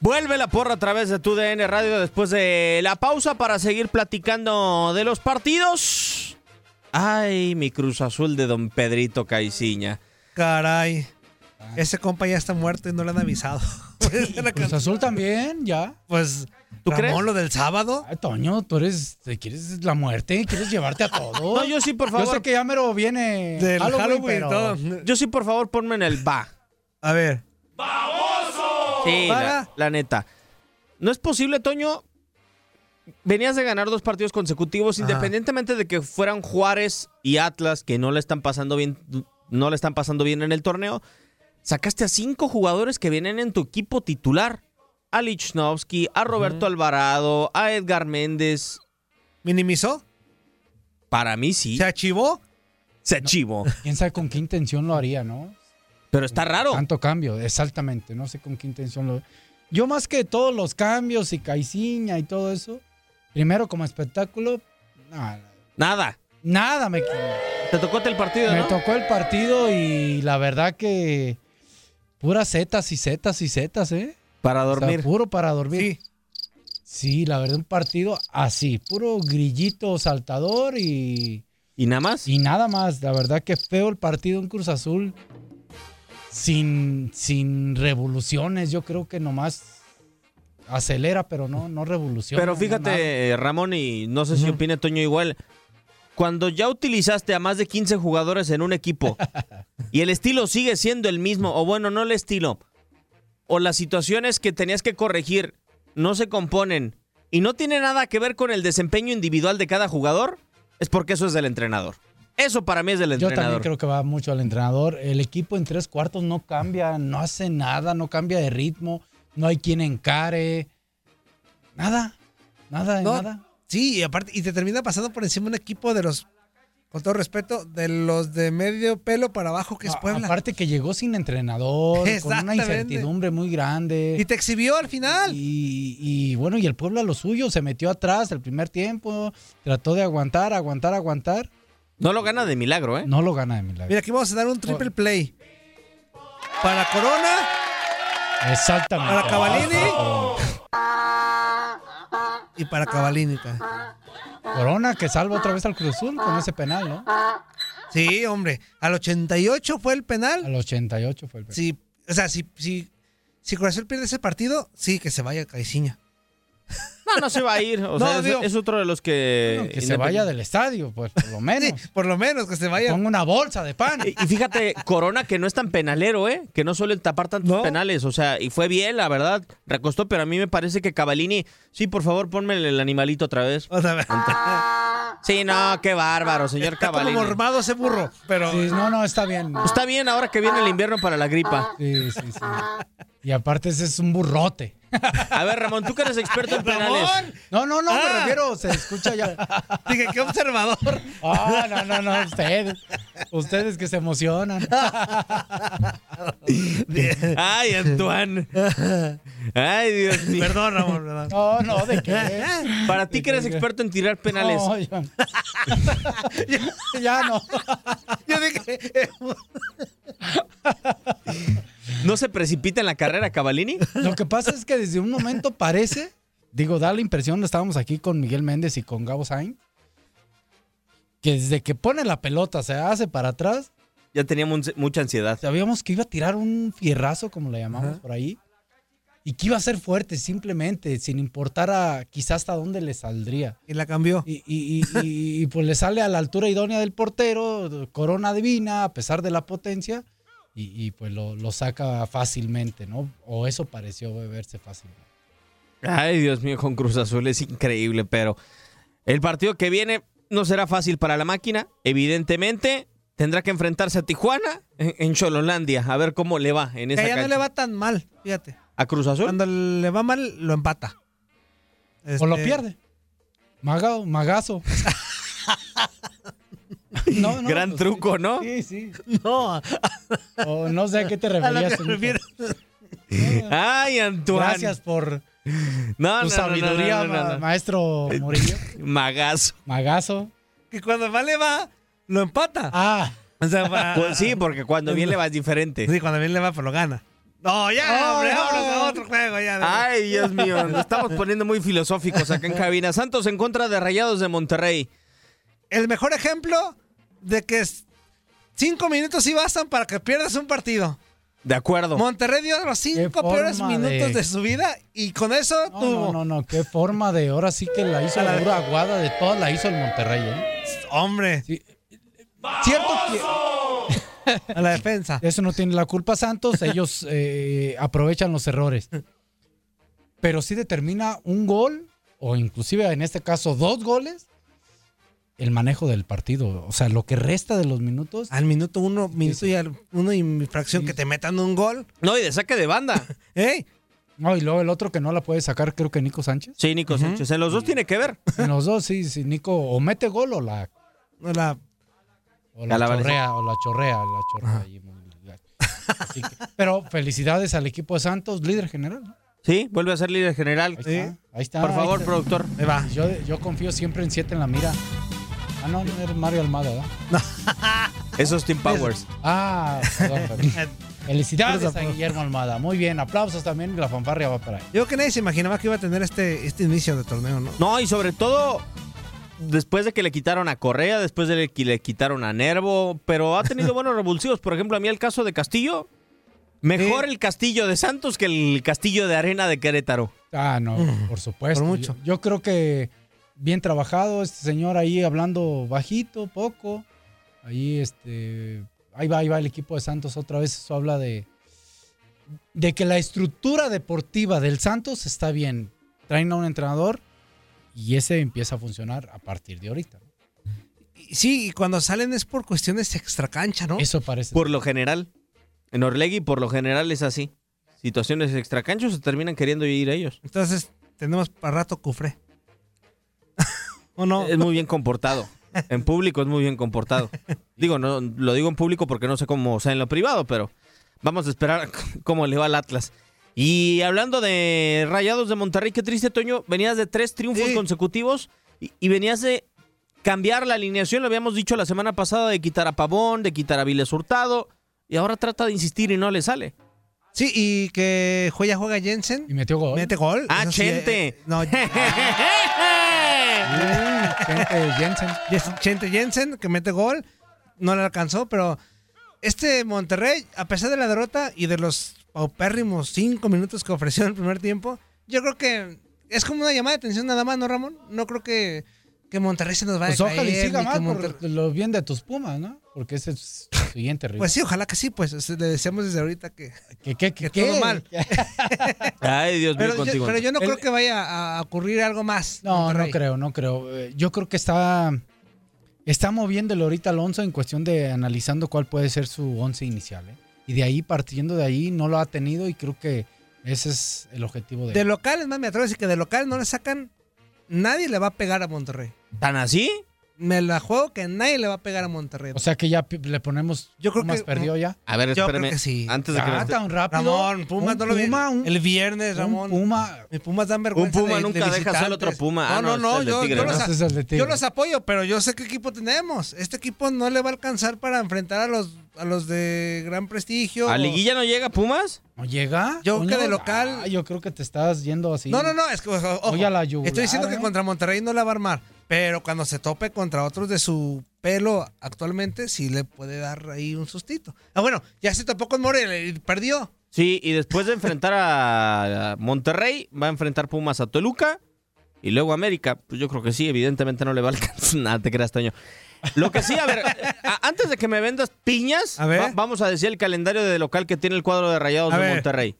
S6: Vuelve la porra a través de tu DN Radio después de la pausa para seguir platicando de los partidos. Ay, mi Cruz Azul de Don Pedrito Caiciña.
S8: Caray. Ese compa ya está muerto y no le han
S6: (laughs)
S8: avisado. (laughs)
S6: Pues,
S7: Cruz Azul también, ya.
S8: Pues,
S7: ¿tú
S8: Ramón,
S7: crees?
S8: lo del sábado.
S7: Ay, Toño, tú eres. te ¿Quieres la muerte? ¿Quieres llevarte a todo?
S6: No, yo sí, por
S7: Yo
S6: favor.
S7: sé que ya mero viene.
S8: Del
S7: Halloween,
S8: Halloween y
S7: pero-
S6: (laughs)
S8: todo.
S6: Yo sí, por favor, ponme en el va.
S8: A ver.
S6: Sí, la,
S8: Para.
S6: la neta. No es posible, Toño. Venías de ganar dos partidos consecutivos,
S8: Ajá.
S6: independientemente de que fueran Juárez y Atlas, que no le están pasando bien, no le están pasando bien en el torneo. Sacaste a cinco jugadores que vienen en tu equipo titular. A Lichnowsky, a Roberto Alvarado, a Edgar Méndez.
S8: ¿Minimizó?
S6: Para mí sí.
S8: ¿Se achivó?
S6: Se chivó.
S7: Quién sabe con qué intención lo haría, ¿no?
S6: Pero está
S8: (laughs)
S6: raro.
S7: Tanto cambio, exactamente. No sé con qué intención lo. Yo, más que todos los cambios y Caiciña y todo eso, primero como espectáculo, nada,
S6: Nada.
S7: nada me,
S6: Te tocó el partido,
S7: me
S6: ¿no?
S7: tocó el partido y la verdad que puras zetas y zetas y zetas, ¿eh?
S6: Para
S7: O sea,
S6: dormir.
S7: puro para dormir. Sí. la verdad, un partido así, puro grillito saltador y.
S6: ¿Y nada más?
S7: Y nada más. La verdad que feo el partido en Cruz Azul. Sin, sin revoluciones, yo creo que nomás acelera, pero no, no revoluciona.
S6: Pero
S7: no nada.
S6: fíjate, eh, Ramón, y no sé si
S7: Ujú.
S6: opina Toño igual. Cuando ya utilizaste a más de 15 jugadores en un equipo y el estilo sigue siendo el mismo, o bueno, no el estilo, o las situaciones que tenías que corregir no se componen y no tiene nada que ver con el desempeño individual de cada jugador, es porque eso es del entrenador. Eso para mí es del
S7: Yo también
S6: entrenador.
S7: creo que va mucho al entrenador. El equipo en tres cuartos no cambia, no hace nada, no cambia de ritmo, no hay quien encare. Nada, nada, de
S8: No,
S7: nada.
S8: Sí, y aparte, y te termina pasando por encima un equipo de los, con todo respeto, de los de medio pelo para abajo que es
S7: A-
S8: Puebla.
S7: Aparte que llegó sin entrenador, con una
S8: Exactamente.
S7: incertidumbre muy grande.
S8: y te exhibió al final.
S7: Y, y bueno, y el pueblo a lo suyo, se metió atrás el primer tiempo, trató de aguantar, aguantar, aguantar.
S6: No lo gana de milagro, ¿eh?
S7: No lo gana Oh. de milagro.
S8: Mira, aquí vamos a dar un triple play. Para Corona,
S7: Exactamente.
S8: para
S7: Oh.
S8: Cavalini. Y para Cavalini. también.
S7: Corona que salva otra vez al Cruz Azul con ese penal, ¿no?
S8: Sí, hombre. Al 88 fue el penal.
S7: Al 88 fue el penal.
S8: Sí, o sea, si, si, si Cruz Azul pierde ese partido, sí, que se vaya Caiciña.
S6: No, no se va a ir.
S7: (laughs)
S6: O sea,
S8: No,
S6: es,
S8: digo-
S6: es otro de los que...
S7: Bueno, que se vaya del estadio, pues por lo menos.
S8: Por lo menos que se vaya.
S7: Ponga una bolsa de pan.
S6: Y y fíjate, Corona que no es tan penalero, ¿eh? Que no suele tapar tantos penales. O sea, y fue bien, la verdad. Recostó, pero a mí me parece que Cavalini. Sí, por favor, ponme el animalito otra vez.
S8: Otra vez.
S6: Sí, no, qué bárbaro, señor
S8: Está como
S6: Cavalini.
S8: mormado ese burro, pero...
S7: Sí, no, no, está bien.
S6: Está bien ahora que viene el invierno para la gripa.
S7: Sí, sí, sí. Y aparte ese es un burrote.
S6: A ver, Ramón, tú que eres experto en penales.
S7: No, no, no,
S8: Ah.
S7: me refiero, se escucha ya.
S8: Dije, qué observador.
S7: Ah, no, no, no, ustedes. Ustedes que se emocionan.
S6: Ay, Antoine. Ay, Dios mío.
S8: Perdón, Ramón, perdón.
S7: No, no, ¿de qué?
S6: Para ti que eres experto en tirar penales.
S7: No, ya. ya no.
S8: Yo dije. eh,
S6: ¿No se precipita en la carrera, Cavalini?
S7: Lo que pasa es que desde un momento parece, digo, da la impresión, estábamos aquí con Miguel Méndez y con Gabo Sainz, que desde que pone la pelota, se hace para atrás.
S6: Ya teníamos mucha ansiedad.
S7: Sabíamos que iba a tirar un fierrazo, como le llamamos Ajá. por ahí, y que iba a ser fuerte simplemente, sin importar a quizás hasta dónde le saldría.
S8: Y la cambió.
S7: Y, y, y, y pues le sale a la altura idónea del portero, corona divina, a pesar de la potencia. Y, y, pues lo, lo, saca fácilmente, ¿no? O eso pareció verse fácil.
S6: Ay, Dios mío, con Cruz Azul es increíble, pero el partido que viene no será fácil para la máquina, evidentemente. Tendrá que enfrentarse a Tijuana en Chololandia, a ver cómo le va en esa
S8: Ella no
S6: cancha.
S8: le va tan mal, fíjate.
S6: ¿A Cruz Azul?
S8: Cuando le va mal, lo empata.
S7: Este... O lo pierde. Magao, magazo.
S6: No, no, Gran pues, truco, ¿no?
S7: Sí, sí.
S8: No.
S7: O no sé a qué te referías.
S8: A lo que
S6: no, Ay,
S8: Ah,
S6: Antoine.
S7: Gracias por
S6: no,
S7: tu sabiduría, ma maestro Murillo.
S6: Magazo.
S7: Magazo.
S8: Que cuando vale va, lo empata.
S7: Ah.
S8: O sea, va...
S6: (laughs) Pues sí, porque cuando bien le va es diferente.
S8: Sí, cuando bien le va, pues lo gana. No, ya,
S7: Oh,
S8: hombre,
S7: no.
S8: vámonos a otro juego, ya.
S6: Ay, Dios mío, nos estamos poniendo muy filosóficos acá en cabina. Santos en contra de Rayados de Monterrey.
S8: El mejor ejemplo de que es- cinco minutos sí bastan para que pierdas un partido.
S6: De acuerdo.
S8: Monterrey dio los cinco
S7: forma
S8: peores
S7: de-
S8: minutos de... su vida y con eso
S7: No,
S8: tuvo.
S7: no, no, no, qué forma de ahora sí que la hizo la dura aguada de todas la hizo el Monterrey, ¿eh?
S8: Hombre.
S7: Cierto que
S8: (laughs) A la defensa.
S7: eso no tiene la culpa Santos, ellos eh, aprovechan los errores. Pero sí determina un gol o inclusive en este caso dos goles el manejo del partido, o sea, lo que resta de los minutos.
S8: Al minuto uno, minuto y al uno y mi fracción
S7: Sí.
S8: que te metan un gol.
S6: No, y de saque de banda.
S8: ¿Eh?
S7: No, y luego el otro que no la puede sacar, creo que Nico Sánchez.
S6: Sí, Nico Sánchez. En los dos tiene que ver.
S7: En los dos, sí, sí, Nico o mete gol o la,
S8: No la-
S7: o la
S6: A la Valencia.
S7: chorrea, o la chorrea, la chorrea. ahí, muy bien. Así que- pero felicidades al equipo de Santos, líder general. ¿no?
S6: Sí, vuelve a ser líder general.
S7: Ahí está, ahí está,
S6: Por
S7: ahí
S6: favor,
S7: está.
S6: productor.
S8: Ah, este. Ahí va.
S7: Yo, yo confío siempre en siete en la mira. Ah, no, no era Mario Almada, ¿verdad?
S6: Esos Team Powers.
S7: Ah, perdón, perdón. Felicidades
S8: Aplausos,
S7: a Guillermo Almada. Muy bien, aplausos también. La fanfarria va para él.
S8: Yo creo que nadie se imaginaba que iba a tener este, este inicio de torneo, ¿no?
S6: No, y sobre todo después de que le quitaron a Correa, después de que le quitaron a Nervo, pero
S8: (laughs)
S6: ha tenido buenos revulsivos. Por ejemplo, a mí el caso de Castillo. Mejor
S8: Sí.
S6: el Castillo de Santos que el Castillo de Arena de Querétaro.
S7: Ah, no, por supuesto.
S8: Mm. Por mucho.
S7: Yo, yo creo que bien trabajado este señor ahí hablando bajito, poco. Ahí este ahí va, ahí va el equipo de Santos otra vez eso habla de de que la estructura deportiva del Santos está bien. Traen a un entrenador y ese empieza a funcionar a partir de ahorita.
S8: Y Sí, y cuando salen es por cuestiones extracancha, ¿no?
S7: Eso parece.
S6: Por lo general. En Orlegui, por lo general es así. Situaciones extracanchos se terminan queriendo ir a ellos.
S8: Entonces, tenemos para rato cufré. (laughs) ¿O no?
S6: Es muy
S8: (laughs)
S6: bien comportado. En público es muy bien comportado. Digo, no lo digo en público porque no sé cómo sea en lo privado, pero vamos a (laughs) esperar cómo le va al Atlas. Y hablando de Rayados de Monterrey, qué triste, Toño. Venías de tres triunfos
S8: Sí.
S6: consecutivos y, y venías de cambiar la alineación. Lo habíamos dicho la semana pasada de quitar a Pavón, de quitar a Viles Hurtado. Y ahora trata de insistir y no
S8: (laughs)
S6: le sale.
S8: Sí, y que juega, juega Jensen.
S7: Y metió gol.
S8: Mete gol.
S6: ¡Ah,
S8: Eso sí,
S6: Chente!
S8: eh, no,
S7: Bien, gente, Jensen.
S8: Yes- Chente Jensen, que mete gol. No le alcanzó, pero este Monterrey, a pesar de la derrota y de los paupérrimos cinco minutos que ofreció en el primer tiempo, yo creo que es como una llamada de atención nada más, ¿no, Ramón? No creo que, que Monterrey se nos vaya
S7: Pues
S8: a caer.
S7: ojalá y siga
S8: ni que
S7: más
S8: Monterrey-
S7: por lo bien de tus Pumas, ¿no? Porque ese es el siguiente rival.
S8: Pues sí, ojalá que sí, pues o sea, le deseamos desde ahorita que...
S7: ¿Qué, qué, qué,
S8: que todo
S7: qué?
S8: mal.
S6: Ay, Dios mío,
S8: Pero yo,
S6: contigo.
S8: pero yo no
S7: El-
S8: creo que vaya a ocurrir algo más.
S7: No,
S8: Monterrey.
S7: no creo, no creo. Eh, Yo creo que está, está moviéndolo ahorita Alonso en cuestión de analizando cuál puede ser su once inicial. ¿eh? Y de ahí, partiendo de ahí, no lo ha tenido y creo que Ese es el objetivo de.
S8: De locales, más me atrevo a decir que de locales no le sacan. Nadie le va a pegar a Monterrey.
S6: ¿Tan así?
S8: Me la juego que nadie le va a pegar a Monterrey.
S7: O sea que ya pi- le ponemos. Yo creo que. perdió ya?
S6: A ver,
S8: Yo creo
S6: espérame.
S8: que sí.
S6: Antes de que
S7: Ah,
S6: me-
S7: tan rápido.
S8: Ramón, Pumas
S7: Un
S8: no lo vi.
S7: Puma, un-
S8: el viernes,
S7: un
S8: Ramón.
S7: Puma.
S8: Mis Pumas dan
S6: Un
S8: vergüenza.
S6: puma
S8: de- de
S6: nunca deja ser
S8: visitantes.
S6: otro puma. Ah,
S8: No, no, no.
S6: este es el
S8: yo,
S6: tigre,
S8: yo
S6: ¿no?
S8: los, a-
S7: Ese es el de Tigres.
S8: yo los apoyo, pero yo sé qué equipo tenemos. Este equipo no le va a alcanzar para enfrentar a los, a los de gran prestigio.
S6: ¿A Liguilla no llega Pumas?
S7: ¿No llega?
S8: Yo creo que
S7: Coño,
S8: de local.
S7: ah, yo creo que te estás yendo así.
S8: No, no, no, es que ojo, ojo,
S7: Voy a la yugular,
S8: estoy diciendo que
S7: ¿eh?
S8: contra Monterrey no la va a armar, pero cuando se tope contra otros de su pelo actualmente sí le puede dar ahí un sustito. Ah, bueno, ya se topó con Morelia y perdió. (laughs)
S6: Sí, y después de enfrentar a a Monterrey, va a enfrentar Pumas a Toluca y luego América. Pues yo creo que sí, evidentemente no le va a alcanzar (laughs) nada, te creas, Toño. Lo que sí, a ver, a- antes de que me vendas piñas,
S8: A ver.
S6: va- vamos a decir el calendario de local que tiene el cuadro de Rayados
S8: A
S6: de
S8: ver.
S6: Monterrey.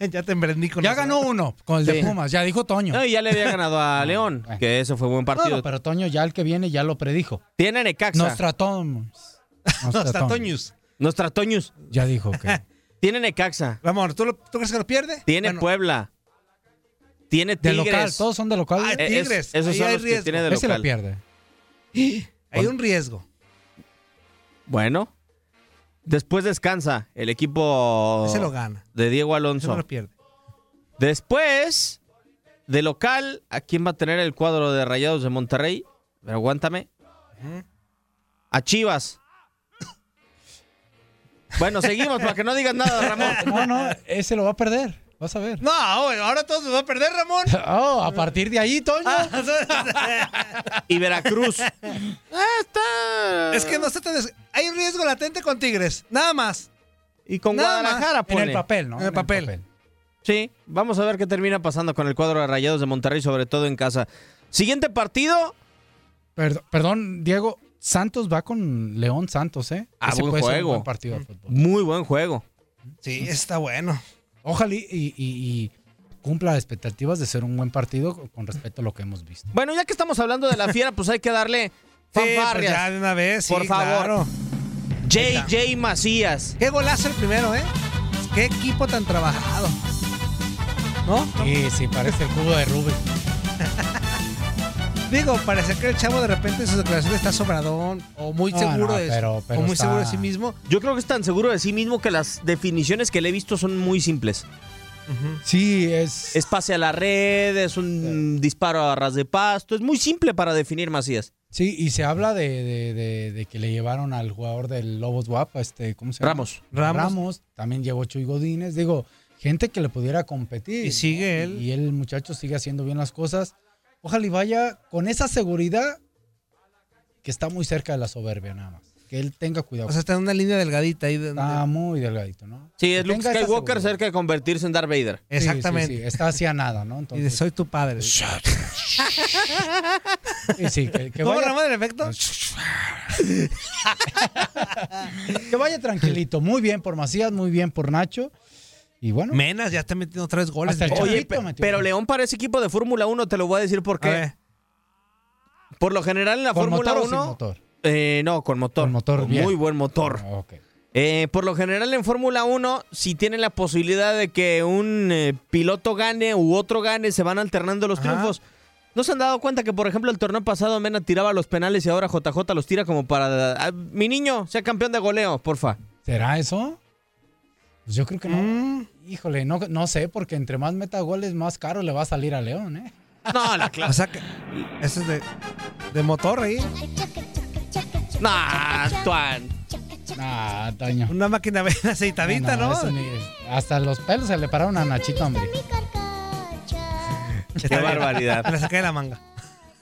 S8: ya te emprendí con
S7: Ya
S8: los-
S7: ganó uno con el de
S6: Sí.
S7: Pumas, ya dijo Toño.
S6: No, y ya le había ganado a León, que ese fue buen
S7: No,
S6: partido.
S7: no, pero Toño ya el que viene ya lo predijo.
S6: Tiene a Necaxa.
S7: Nos tratamos.
S8: (laughs) Hasta Toñus.
S6: Nostra Toñus.
S7: Ya dijo que.
S6: Tiene Necaxa.
S8: Ramón, ¿tú, lo- tú crees que lo pierde?
S6: Tiene
S8: Bueno,
S6: Puebla.
S7: De
S6: Tiene Tigres.
S7: local, todos son de local.
S8: Ah,
S6: Eh, es-
S8: Tigres.
S6: esos
S8: ahí
S6: son
S8: hay
S6: los que
S8: riesgo.
S6: tiene de
S7: Ese la
S6: local.
S7: pierde.
S8: (gasps) Hay un riesgo.
S6: Bueno. Después descansa el equipo
S8: Ese lo gana.
S6: de Diego
S8: Ese
S6: Alonso.
S8: no lo pierde.
S6: Después, de local, ¿a quién va a tener el cuadro de Rayados de Monterrey? Pero aguántame. A Chivas. Bueno, seguimos para que no digas nada, Ramón.
S7: No, no, ese lo va a perder. Vas
S8: (laughs)
S7: a ver.
S8: No, ahora todos nos va a perder,
S6: (laughs)
S8: Ramón. (laughs)
S7: Oh, a partir de ahí, Toño.
S8: Ah,
S6: Y Veracruz. Ah, está.
S8: Es que no está tan des- Hay un riesgo latente con Tigres, nada más.
S6: Y con
S8: Nada
S6: Guadalajara,
S8: más.
S6: pone.
S7: En el papel, ¿no?
S8: En el papel.
S6: Sí, vamos a ver qué termina pasando con el cuadro de Rayados de Monterrey, sobre todo en casa. Siguiente partido.
S7: Perdón, perdón, Diego. Santos va con León Santos, ¿eh?
S6: Ah,
S7: Ese
S6: buen
S7: puede ser un
S6: juego.
S7: buen partido de fútbol.
S6: Muy buen juego.
S8: Sí, está bueno.
S7: Ojalá y, y- y cumpla expectativas de ser un buen partido con respecto a lo que hemos visto.
S6: Bueno, ya que estamos hablando
S7: (laughs)
S6: de la fiera, pues hay que darle
S8: Sí, pues
S6: fanfarrias.
S8: ya de una vez, sí,
S6: Por favor.
S8: claro.
S6: JJ Macías.
S8: Qué golazo el primero, ¿eh? Qué equipo tan trabajado. ¿No?
S7: Sí, sí, parece el juego de Rubén.
S8: Digo, parece que el chavo de repente en sus declaraciones está sobradón o muy
S7: No,
S8: seguro
S7: no,
S8: de
S7: pero- pero
S8: o muy
S7: está-
S8: seguro de sí mismo.
S6: Yo creo que es tan seguro de sí mismo que las definiciones que le he visto son muy simples.
S7: Sí, es.
S6: Es pase a la red, es un disparo a ras de pasto. Es muy simple para definir Macías.
S7: Sí, y se habla de, de- de- de que le llevaron al jugador del Lobos Guapa, este, ¿cómo se llama?
S6: Ramos.
S7: Ramos. también llevó Chuy Godínez. Digo, gente que le pudiera competir.
S8: Y sigue él.
S7: Y el muchacho sigue haciendo bien las cosas. Ojalá y vaya con esa seguridad que está muy cerca de la soberbia, nada más. Que él tenga cuidado.
S8: O sea, está en una línea delgadita ahí. de-
S7: está muy delgadito, ¿no?
S6: Sí, es
S7: Que
S6: Luke
S7: tenga esa
S6: Skywalker
S7: seguridad.
S6: cerca de convertirse en Darth Vader.
S7: Sí, sí,
S8: Exactamente.
S7: sí, está hacia nada, ¿no?
S8: Y de
S7: Entonces, pues,
S8: soy tu padre.
S7: sí, sí, que,
S8: (laughs)
S7: que
S8: ¿Cómo
S7: vaya- Pues,
S8: Ramón, el efecto?
S7: que vaya tranquilito. Muy bien por Macías, muy bien por Nacho. Y bueno,
S8: Menas ya está metiendo tres goles.
S7: Hasta el
S8: Oye,
S6: Oye,
S7: Chicharito
S6: pe-
S7: metió
S6: pero
S7: gol.
S6: León parece equipo de Fórmula 1, te lo voy a decir por
S8: a
S6: qué.
S8: ver,
S6: Por lo general en la
S7: ¿con
S6: Fórmula
S7: motor o sin
S6: 1...
S7: motor?
S6: Eh, no, con motor.
S7: Con motor, bien.
S6: Muy buen motor.
S7: Ah, ok.
S6: Eh, por lo general en Fórmula 1, si tienen la posibilidad de que un eh, piloto gane u otro gane, se van alternando los
S8: Ajá.
S6: triunfos. ¿No se han dado cuenta que, por ejemplo, el torneo pasado Mena tiraba los penales y ahora JJ los tira como para... "Ah, mi niño, sea campeón de goleo, porfa.
S7: ¿Será eso? Pues yo creo que no.
S8: Mm.
S7: Híjole, no, no sé, porque entre más meta goles, más caro le va a salir a León, ¿eh?
S6: No, la
S8: O (laughs)
S6: clase.
S8: sea, que, eso es de, de motor ahí.
S6: No, Tuan.
S7: Nah, Toño.
S8: Una máquina bien (laughs) aceitadita, ¿no?
S7: eso ni- hasta los pelos se le pararon a Nachito, hombre.
S8: (laughs)
S6: Qué barbaridad.
S8: Me la saqué de la manga.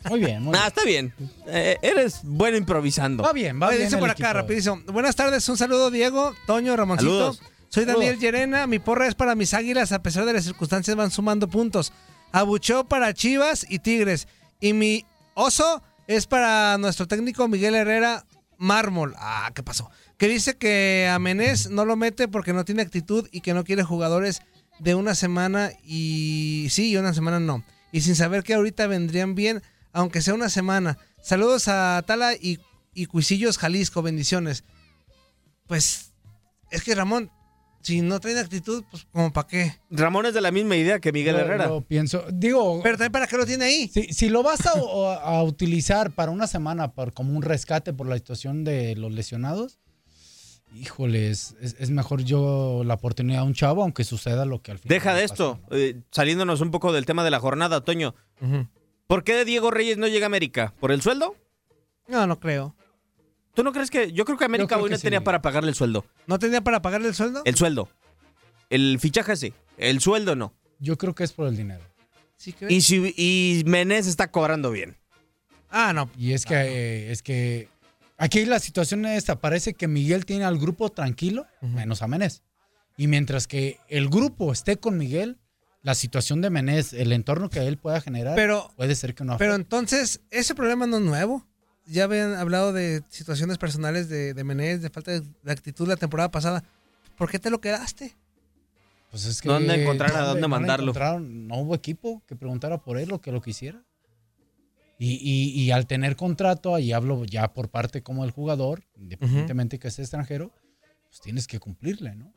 S7: Muy bien, muy bien.
S6: Nah, está bien. Eh, eres bueno improvisando.
S7: Va bien, va
S8: Oye,
S7: bien.
S8: dice
S7: el
S8: por acá,
S7: equipo.
S8: rapidísimo. Buenas tardes, un saludo Diego, Toño, Ramoncito.
S6: Saludos.
S8: Soy Daniel Llerena, mi porra es para mis águilas, a pesar de las circunstancias van sumando puntos. Abucheo para Chivas y Tigres. Y mi oso es para nuestro técnico Miguel Herrera Mármol. Ah, ¿qué pasó? Que dice que a Menés no lo mete porque no tiene actitud y que no quiere jugadores de una semana y sí, y una semana no. Y sin saber que ahorita vendrían bien, aunque sea una semana. Saludos a Tala y, y Cuisillos Jalisco, bendiciones. Pues es que Ramón, si no traen actitud, pues como para qué.
S6: Ramón es de la misma idea que Miguel
S7: Yo-
S6: Herrera.
S7: yo pienso, digo,
S8: Pero también para qué lo tiene ahí.
S7: si, si lo vas a, o- a utilizar para una semana por- como un rescate por la situación de los lesionados, híjole, es, es- es mejor yo la oportunidad a un chavo, aunque suceda lo que al final.
S6: Deja de esto, eh, saliéndonos un poco del tema de la jornada, Toño. ¿Por qué Diego Reyes no llega a América? ¿Por el sueldo?
S8: No, no creo.
S6: ¿Tú no crees que.? Yo creo que América
S8: creo
S6: hoy
S8: que
S6: no
S8: sí.
S6: tenía para pagarle el sueldo.
S8: ¿No tenía para pagarle el sueldo?
S6: El sueldo. El fichaje ese. El sueldo no.
S7: Yo creo que es por el dinero.
S8: ¿Sí crees?
S6: Y, si, y Menés está cobrando bien.
S8: Ah, no.
S7: Y es que, eh, es que aquí la situación es esta. Parece que Miguel tiene al grupo tranquilo, menos a Menés. Y mientras que el grupo esté con Miguel, la situación de Menés, el entorno que él pueda generar,
S8: Pero-
S7: puede ser que no afecte.
S8: Pero entonces, ese problema no es nuevo. Ya habían hablado de situaciones personales de, de Menés, de falta de, de actitud la temporada pasada. ¿Por qué te lo quedaste?
S7: Pues es que,
S6: ¿Dónde encontrar, a dónde mandarlo?
S7: encontraron? No hubo equipo que preguntara por él o que lo quisiera. Y, y- y al tener contrato, ahí hablo ya por parte como el jugador, independientemente que sea extranjero, pues tienes que cumplirle, ¿no?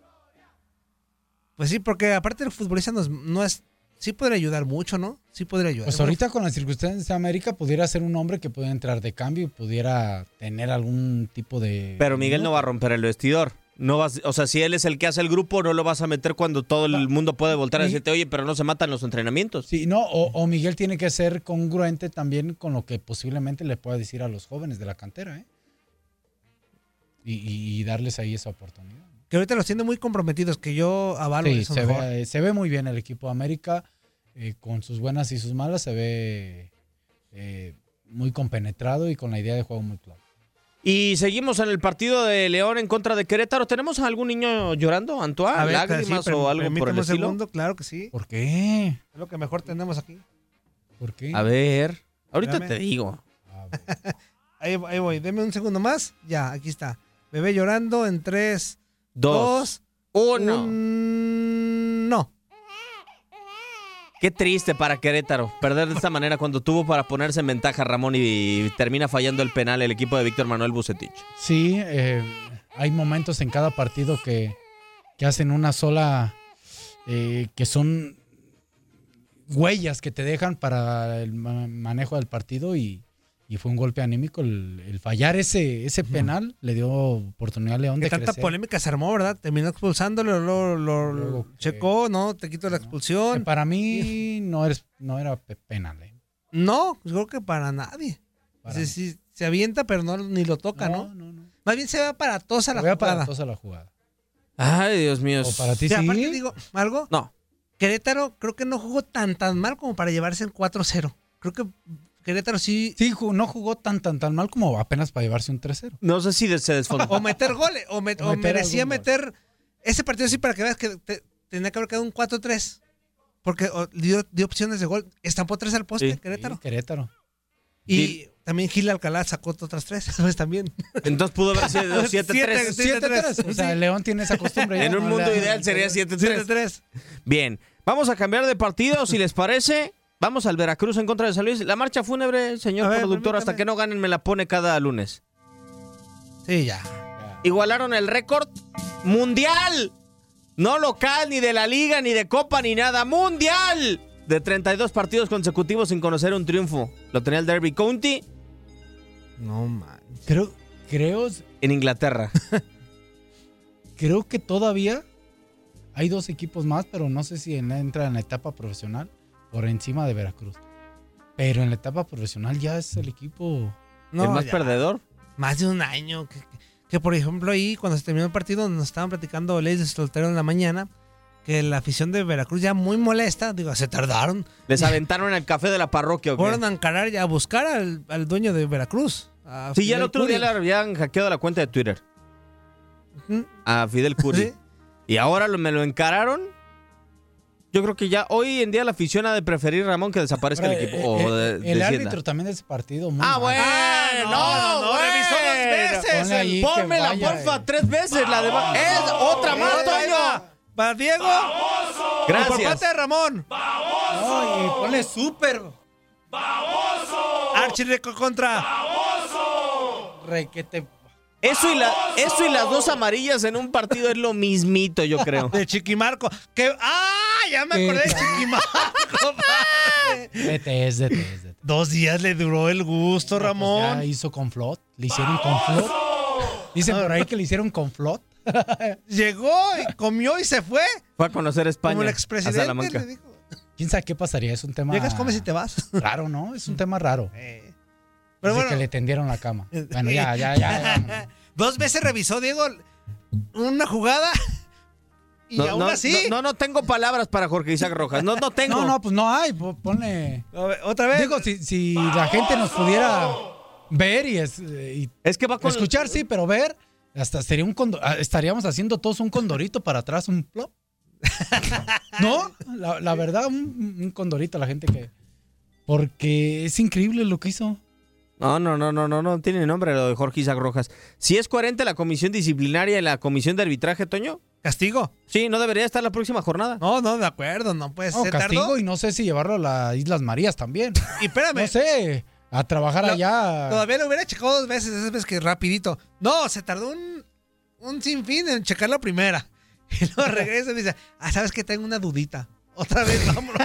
S8: Pues sí, porque aparte el futbolista nos- no es... Sí podría ayudar mucho, ¿no? Sí podría ayudar.
S7: Pues ahorita con las circunstancias de América pudiera ser un hombre que pudiera entrar de cambio y pudiera tener algún tipo de...
S6: Pero Miguel no va a romper el vestidor. No vas, o sea, si él es el que hace el grupo, no lo vas a meter cuando todo el mundo puede voltar a decirte, oye, pero no se matan los entrenamientos.
S7: Sí, no, o, o Miguel tiene que ser congruente también con lo que posiblemente le pueda decir a los jóvenes de la cantera, ¿eh? Y, y- y darles ahí esa oportunidad.
S8: Que ahorita los tiene muy comprometidos, que yo avalo
S7: Sí,
S8: eso
S7: se
S8: mejor.
S7: ve, eh, se ve muy bien el equipo de América, eh, con sus buenas y sus malas, se ve eh, muy compenetrado y con la idea de juego muy clara.
S6: Y seguimos en el partido de León en contra de Querétaro. ¿Tenemos a algún niño llorando,
S8: A
S6: Antoine?
S8: ver,
S6: Ah, ¿Lágrimas
S8: sí, perm-
S6: o algo por el
S8: permíteme un
S6: estilo?
S8: segundo, claro que sí.
S7: ¿Por qué?
S8: Es lo que mejor tenemos aquí.
S7: ¿Por qué?
S6: A ver, ahorita
S8: Espérame.
S6: te digo.
S8: Ahí, ahí voy, deme un segundo más. Ya, aquí está. Bebé llorando en 3,
S6: Dos,
S8: 2,
S6: uno.
S8: No.
S6: Qué triste para Querétaro perder de esta manera cuando tuvo para ponerse en ventaja Ramón y termina fallando el penal el equipo de Víctor Manuel Bucetich.
S7: Sí, eh, hay momentos en cada partido que, que hacen una sola, eh, que son huellas que te dejan para el ma- manejo del partido y, y fue un golpe anímico. El, el fallar ese, ese penal le dio oportunidad a León
S8: Que
S7: de
S8: tanta
S7: crecer.
S8: polémica se armó, ¿verdad? Terminó expulsándolo, lo, lo- lo checó, ¿no? Te quito la
S7: Que
S8: expulsión.
S7: para mí no, eres, no era pe- penal. eh.
S8: No, creo que para nadie.
S7: Para
S8: Sí,
S7: mí.
S8: sí, se avienta, pero no, ni lo toca, ¿no? Más bien se ve aparatosa la
S7: Fue
S8: jugada.
S7: aparatosa la jugada.
S6: Ay, Dios mío.
S7: O para ti
S8: Y aparte
S7: sí.
S8: digo, algo.
S6: No.
S8: Querétaro creo que no jugó tan tan mal como para llevarse el 4-0. Creo que Querétaro sí.
S7: Sí, ju- no jugó tan tan tan mal como apenas para llevarse un 3-0.
S6: No sé si de- se desfondó.
S8: O meter goles. O, me-
S7: O
S8: o
S7: meter
S8: merecía
S7: algún
S8: meter. Ese partido sí para que veas que te- tenía que haber quedado un 4-3. Porque o, dio, dio opciones de gol. Estampó 3 al poste,
S6: Sí.
S8: Querétaro.
S7: Sí, Querétaro.
S8: Y también Gil Alcalá sacó otras 3. (laughs) ¿Sabes? También.
S6: Entonces pudo haber (laughs) sido 7-3.
S7: 7-3. O sea, el León tiene
S8: (laughs)
S7: esa costumbre. ya,
S6: En un
S7: ¿no?
S6: mundo
S7: Le-
S6: ideal sería 7-3.
S8: 3
S6: Bien, vamos a cambiar de partido, si les parece. Vamos al Veracruz en contra de San Luis. La marcha fúnebre, señor productor, hasta que no ganen, me la pone cada lunes.
S8: Sí, ya.
S6: Igualaron el récord mundial. No local, ni de la liga, ni de copa, ni nada. ¡Mundial! De 32 partidos consecutivos sin conocer un triunfo. Lo tenía el Derby County
S8: No, man.
S7: Creo, creo,
S6: en Inglaterra.
S7: creo que todavía hay dos equipos más, pero no sé si en- entra en la etapa profesional por encima de Veracruz. Pero en la etapa profesional ya es el equipo.
S8: No,
S6: el más
S8: ya.
S6: perdedor.
S8: Más de un año. Que, que- que, por ejemplo ahí, cuando se terminó el partido, nos estaban platicando leyes de soltero en la mañana. Que la afición de Veracruz ya muy molesta. Digo, se tardaron.
S6: Les aventaron el café de la parroquia. ¿o qué?
S8: Fueron a encarar y a buscar al, al dueño de Veracruz. a
S6: Sí, ya el
S8: Fidel
S6: otro día
S8: Curi.
S6: le habían hackeado la cuenta de Twitter.
S8: Ujú.
S6: A Fidel Curry. Y ahora lo- me lo encararon. Yo creo que ya hoy en día la afición ha de preferir, Ramón, que desaparezca el
S8: eh,
S6: equipo. o de-
S7: eh, el
S6: descienda.
S7: árbitro también de ese partido. muy mal.
S6: Ah, bueno. no,
S8: no, revisó dos
S7: veces Ponle el- ahí que
S6: Pónmela,
S7: vaya,
S6: porfa, tres veces. La de. ¡Es otra más,
S8: Otra ahí
S6: Toño!
S8: va. Para Diego.
S6: Gracias.
S8: Por parte de Ramón.
S7: No, y ponle súper.
S8: Archirreco contra.
S7: Requete.
S6: Eso y, la, eso y las dos amarillas en un partido es lo mismito, yo creo.
S8: De Chiquimarco. Que, ¡Ah! Ya me acordé de Chiquimarco. padre.
S7: DT, DT, DT.
S8: Dos días le duró el gusto, Ramón.
S7: Pues ya hizo conflot. Le hicieron conflot. Dicen por
S6: (laughs)
S7: ahí que le hicieron conflot.
S8: Llegó y comió y se fue.
S6: Fue a conocer España.
S8: Como el
S6: a
S8: expresidente
S6: Salamanca.
S8: le dijo.
S7: ¿Quién sabe qué pasaría? Es un tema.
S8: Llegas, comes y te vas. Eh.
S7: Raro, ¿no? Es un tema raro.
S8: Pero
S7: Eh. Dice
S8: bueno.
S7: que le tendieron la
S6: (laughs)
S7: cama. Bueno, ya, ya, ya.
S8: (laughs) Dos veces revisó Diego una jugada y
S6: No,
S8: aún
S6: no,
S8: así.
S6: No, no, no tengo palabras para Jorge Isaac Rojas. No, no tengo.
S7: No, no, pues no hay. po- Ponle.
S8: A ver, Otra vez.
S7: Digo, si, si la gente nos pudiera ver y, es, eh, y
S6: que va Ah, con-
S7: escuchar, sí, pero ver, hasta sería un condo- ah, estaríamos haciendo todos un condorito para atrás, un
S6: (laughs)
S7: plop. ¿No? La, la verdad, un, un condorito a la gente que. Porque es increíble lo que hizo.
S6: No, no, no, no, no, no tiene nombre lo de Jorge Isaac Rojas. Si es coherente la comisión disciplinaria y la comisión de arbitraje, Toño.
S8: ¿Castigo?
S6: Sí, no debería estar la próxima jornada.
S8: No, no, de acuerdo, no puede
S7: No,
S8: ser.
S7: castigo
S8: Tardó.
S7: y no sé si llevarlo a las Islas Marías
S6: (laughs)
S7: también.
S8: Y espérame.
S7: No sé, a trabajar
S8: Lo-
S7: allá.
S8: Todavía lo hubiera checado dos veces, esas veces que rapidito. No, se tardó un, un sinfín en checar la primera. (laughs) Y luego regresa y dice, ah, ¿sabes que Tengo una dudita. Otra
S7: (laughs)
S8: vez, vámonos.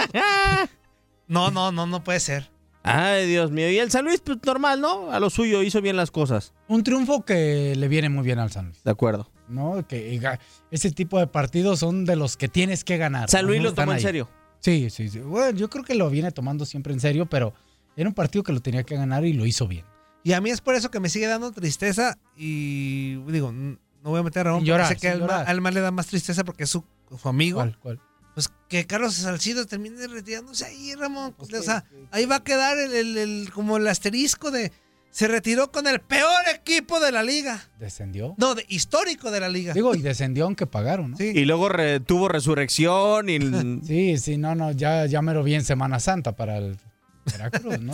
S8: no, no, no, no puede ser.
S6: Ay, Dios mío. Y el San Luis, pues normal, ¿no? A lo suyo, hizo bien las cosas.
S7: Un triunfo que le viene muy bien al San Luis.
S6: De acuerdo.
S7: ¿no? Que ga- ese tipo de partidos son de los que tienes que ganar.
S6: San Luis
S7: ¿no?
S6: lo
S7: Están
S6: tomó en
S7: ahí.
S6: serio.
S7: Sí, sí, sí. Bueno, yo creo que lo viene tomando siempre en serio, pero era un partido que lo tenía que ganar y lo hizo bien.
S8: Y a mí es por eso que me sigue dando tristeza y digo, n- no voy a meter a Ramón
S7: Sin
S8: porque
S7: llorar,
S8: sé que al
S7: sin
S8: ma-
S7: llorar.
S8: al mal le da más tristeza porque es su, su amigo.
S7: ¿Cuál, cuál?
S8: Pues que Carlos Salcido termine retirándose ahí, Ramón. o sea, ahí va a quedar el, el- el- como el asterisco de se retiró con el peor equipo de la liga.
S7: Descendió.
S8: No, de- histórico de la liga.
S7: Digo, y descendió aunque pagaron, ¿no?
S6: Y luego re- tuvo resurrección (laughs) y...
S7: Sí, sí, no, no, ya, ya mero bien Semana Santa para el Veracruz, ¿no?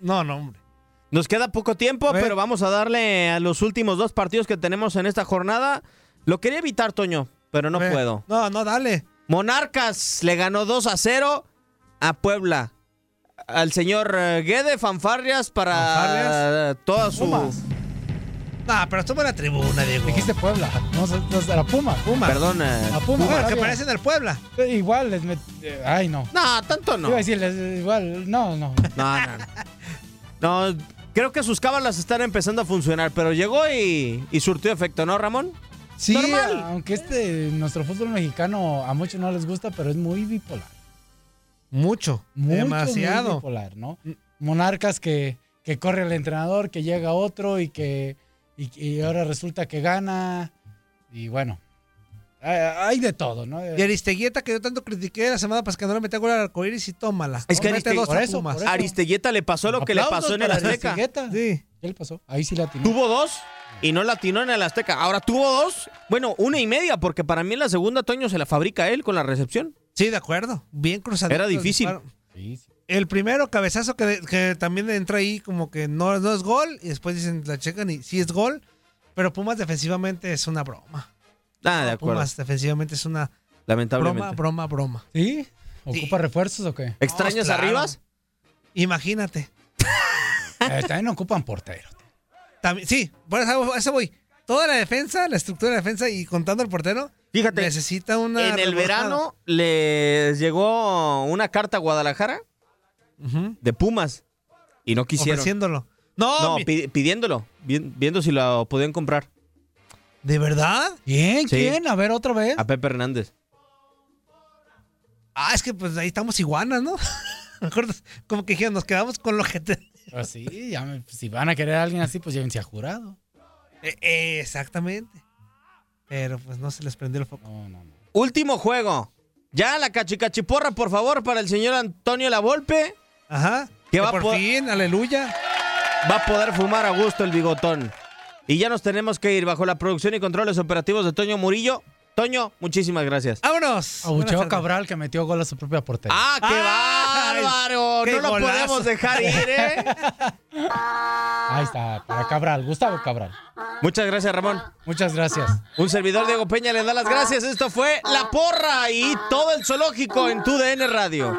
S8: No, no, hombre.
S6: Nos queda poco tiempo, pero vamos a darle a los últimos dos partidos que tenemos en esta jornada. Lo quería evitar, Toño, pero no
S8: Ve.
S6: puedo.
S8: No, no, dale.
S6: Monarcas le ganó 2 a 0 a Puebla. Al señor eh, Guede Fanfarrias para
S8: Fanfarrias.
S6: eh, toda su.
S7: Pumas.
S8: No, pero estuvo en la tribuna, Diego.
S7: Dijiste Puebla, no, se- no, era Puma, Puma.
S6: Perdón. eh,
S7: A Puma,
S8: Bueno, que
S7: Arabia.
S8: parecen al Puebla.
S7: Eh, Igual les met- eh, Ay, no.
S6: No, tanto no.
S7: Iba a decirles, eh, igual, no, no.
S6: No, no, no. No, creo que sus cábalas están empezando a funcionar, pero llegó y, y surtió efecto, ¿no, Ramón?
S7: Sí,
S6: Normal.
S7: aunque este, nuestro fútbol mexicano a muchos no les gusta, pero es muy bipolar.
S8: Mucho.
S7: Mucho, Muy
S8: demasiado.
S7: bipolar, ¿no? Monarcas que, que corre el entrenador, que llega otro y que y, y ahora resulta que gana. Y bueno, hay, hay de todo, ¿no?
S8: Y Aristeguieta, que yo tanto critiqué la semana pasada que no le metí gol al arcoíris y tómala.
S6: Es que
S8: O mete
S6: Aristeguieta-
S8: dos
S7: por
S8: a
S7: eso,
S8: Pumas.
S7: por eso.
S6: Aristeguieta le pasó lo que le
S7: Aplausos
S6: pasó en el
S7: para
S6: Azteca.
S7: Aristigueta.
S8: Sí.
S7: ¿Qué le pasó? Ahí sí la atinó.
S6: Tuvo dos y no la atinó en el Azteca. Ahora tuvo dos, bueno, una y media, porque para mí en la segunda Toño se la fabrica él con la recepción.
S8: Sí, de acuerdo. Bien cruzado.
S6: Era difícil.
S7: Sí, sí.
S8: El primero cabezazo que, que también entra ahí como que no, no es gol y después dicen, la checan y sí es gol. Pero Pumas defensivamente es una broma.
S6: Ah, de acuerdo.
S8: Pumas defensivamente es una
S6: Lamentablemente.
S8: broma, broma, broma.
S7: ¿Sí? ¿Ocupa refuerzos o qué?
S6: ¿Extrañas
S8: Claro.
S6: arribas?
S8: Imagínate.
S7: Eh, también ocupan portero.
S8: También, sí, por eso, a eso voy. Toda la defensa, la estructura de la defensa y contando al portero,
S6: Fíjate,
S8: necesita una.
S6: en el
S8: remolcada.
S6: verano les llegó una carta a Guadalajara
S8: Ujú.
S6: de Pumas y no quisieron.
S8: Ofreciéndolo. No,
S6: No,
S8: mi-
S6: pi- pidiéndolo, vi- viendo si lo podían comprar
S8: ¿de verdad?
S7: ¿Quién?
S6: Sí.
S7: ¿Quién? A ver, otra vez.
S6: a Pepe Hernández.
S8: Ah, es que pues ahí estamos iguanas, ¿no? (laughs) Me acuerdo, como que dijeron, nos quedamos con lo que. te-
S7: Pues sí, ya me- si van a querer a alguien así, pues llévense a jurado.
S8: Eh, eh, exactamente. Pero pues no se les prendió el foco.
S7: No, no, no.
S6: Último juego. Ya la cachicachiporra, por favor, para el señor Antonio Lavolpe.
S8: Ajá.
S6: ¿Qué
S8: Que
S6: va a
S8: por
S6: po-
S8: fin, aleluya.
S6: Va a poder fumar a gusto el bigotón. Y ya nos tenemos que ir bajo la producción y controles operativos de Toño Murillo. Toño, muchísimas gracias.
S8: ¡Vámonos! Buenas
S7: Abucheo
S8: tardes.
S7: Cabral que metió gol a su propia portería.
S6: ¡Ah, qué
S8: ¡Ay!
S6: bárbaro!
S8: ¡Qué
S6: no lo
S8: golazo!
S6: podemos dejar
S8: (laughs)
S6: ir, ¿eh? Ah.
S7: Ahí está, para Cabral, Gustavo Cabral.
S6: Muchas gracias, Ramón.
S7: Muchas gracias.
S6: Un servidor Diego Peña les da las gracias. Esto fue La Porra y todo el zoológico en tu DN Radio.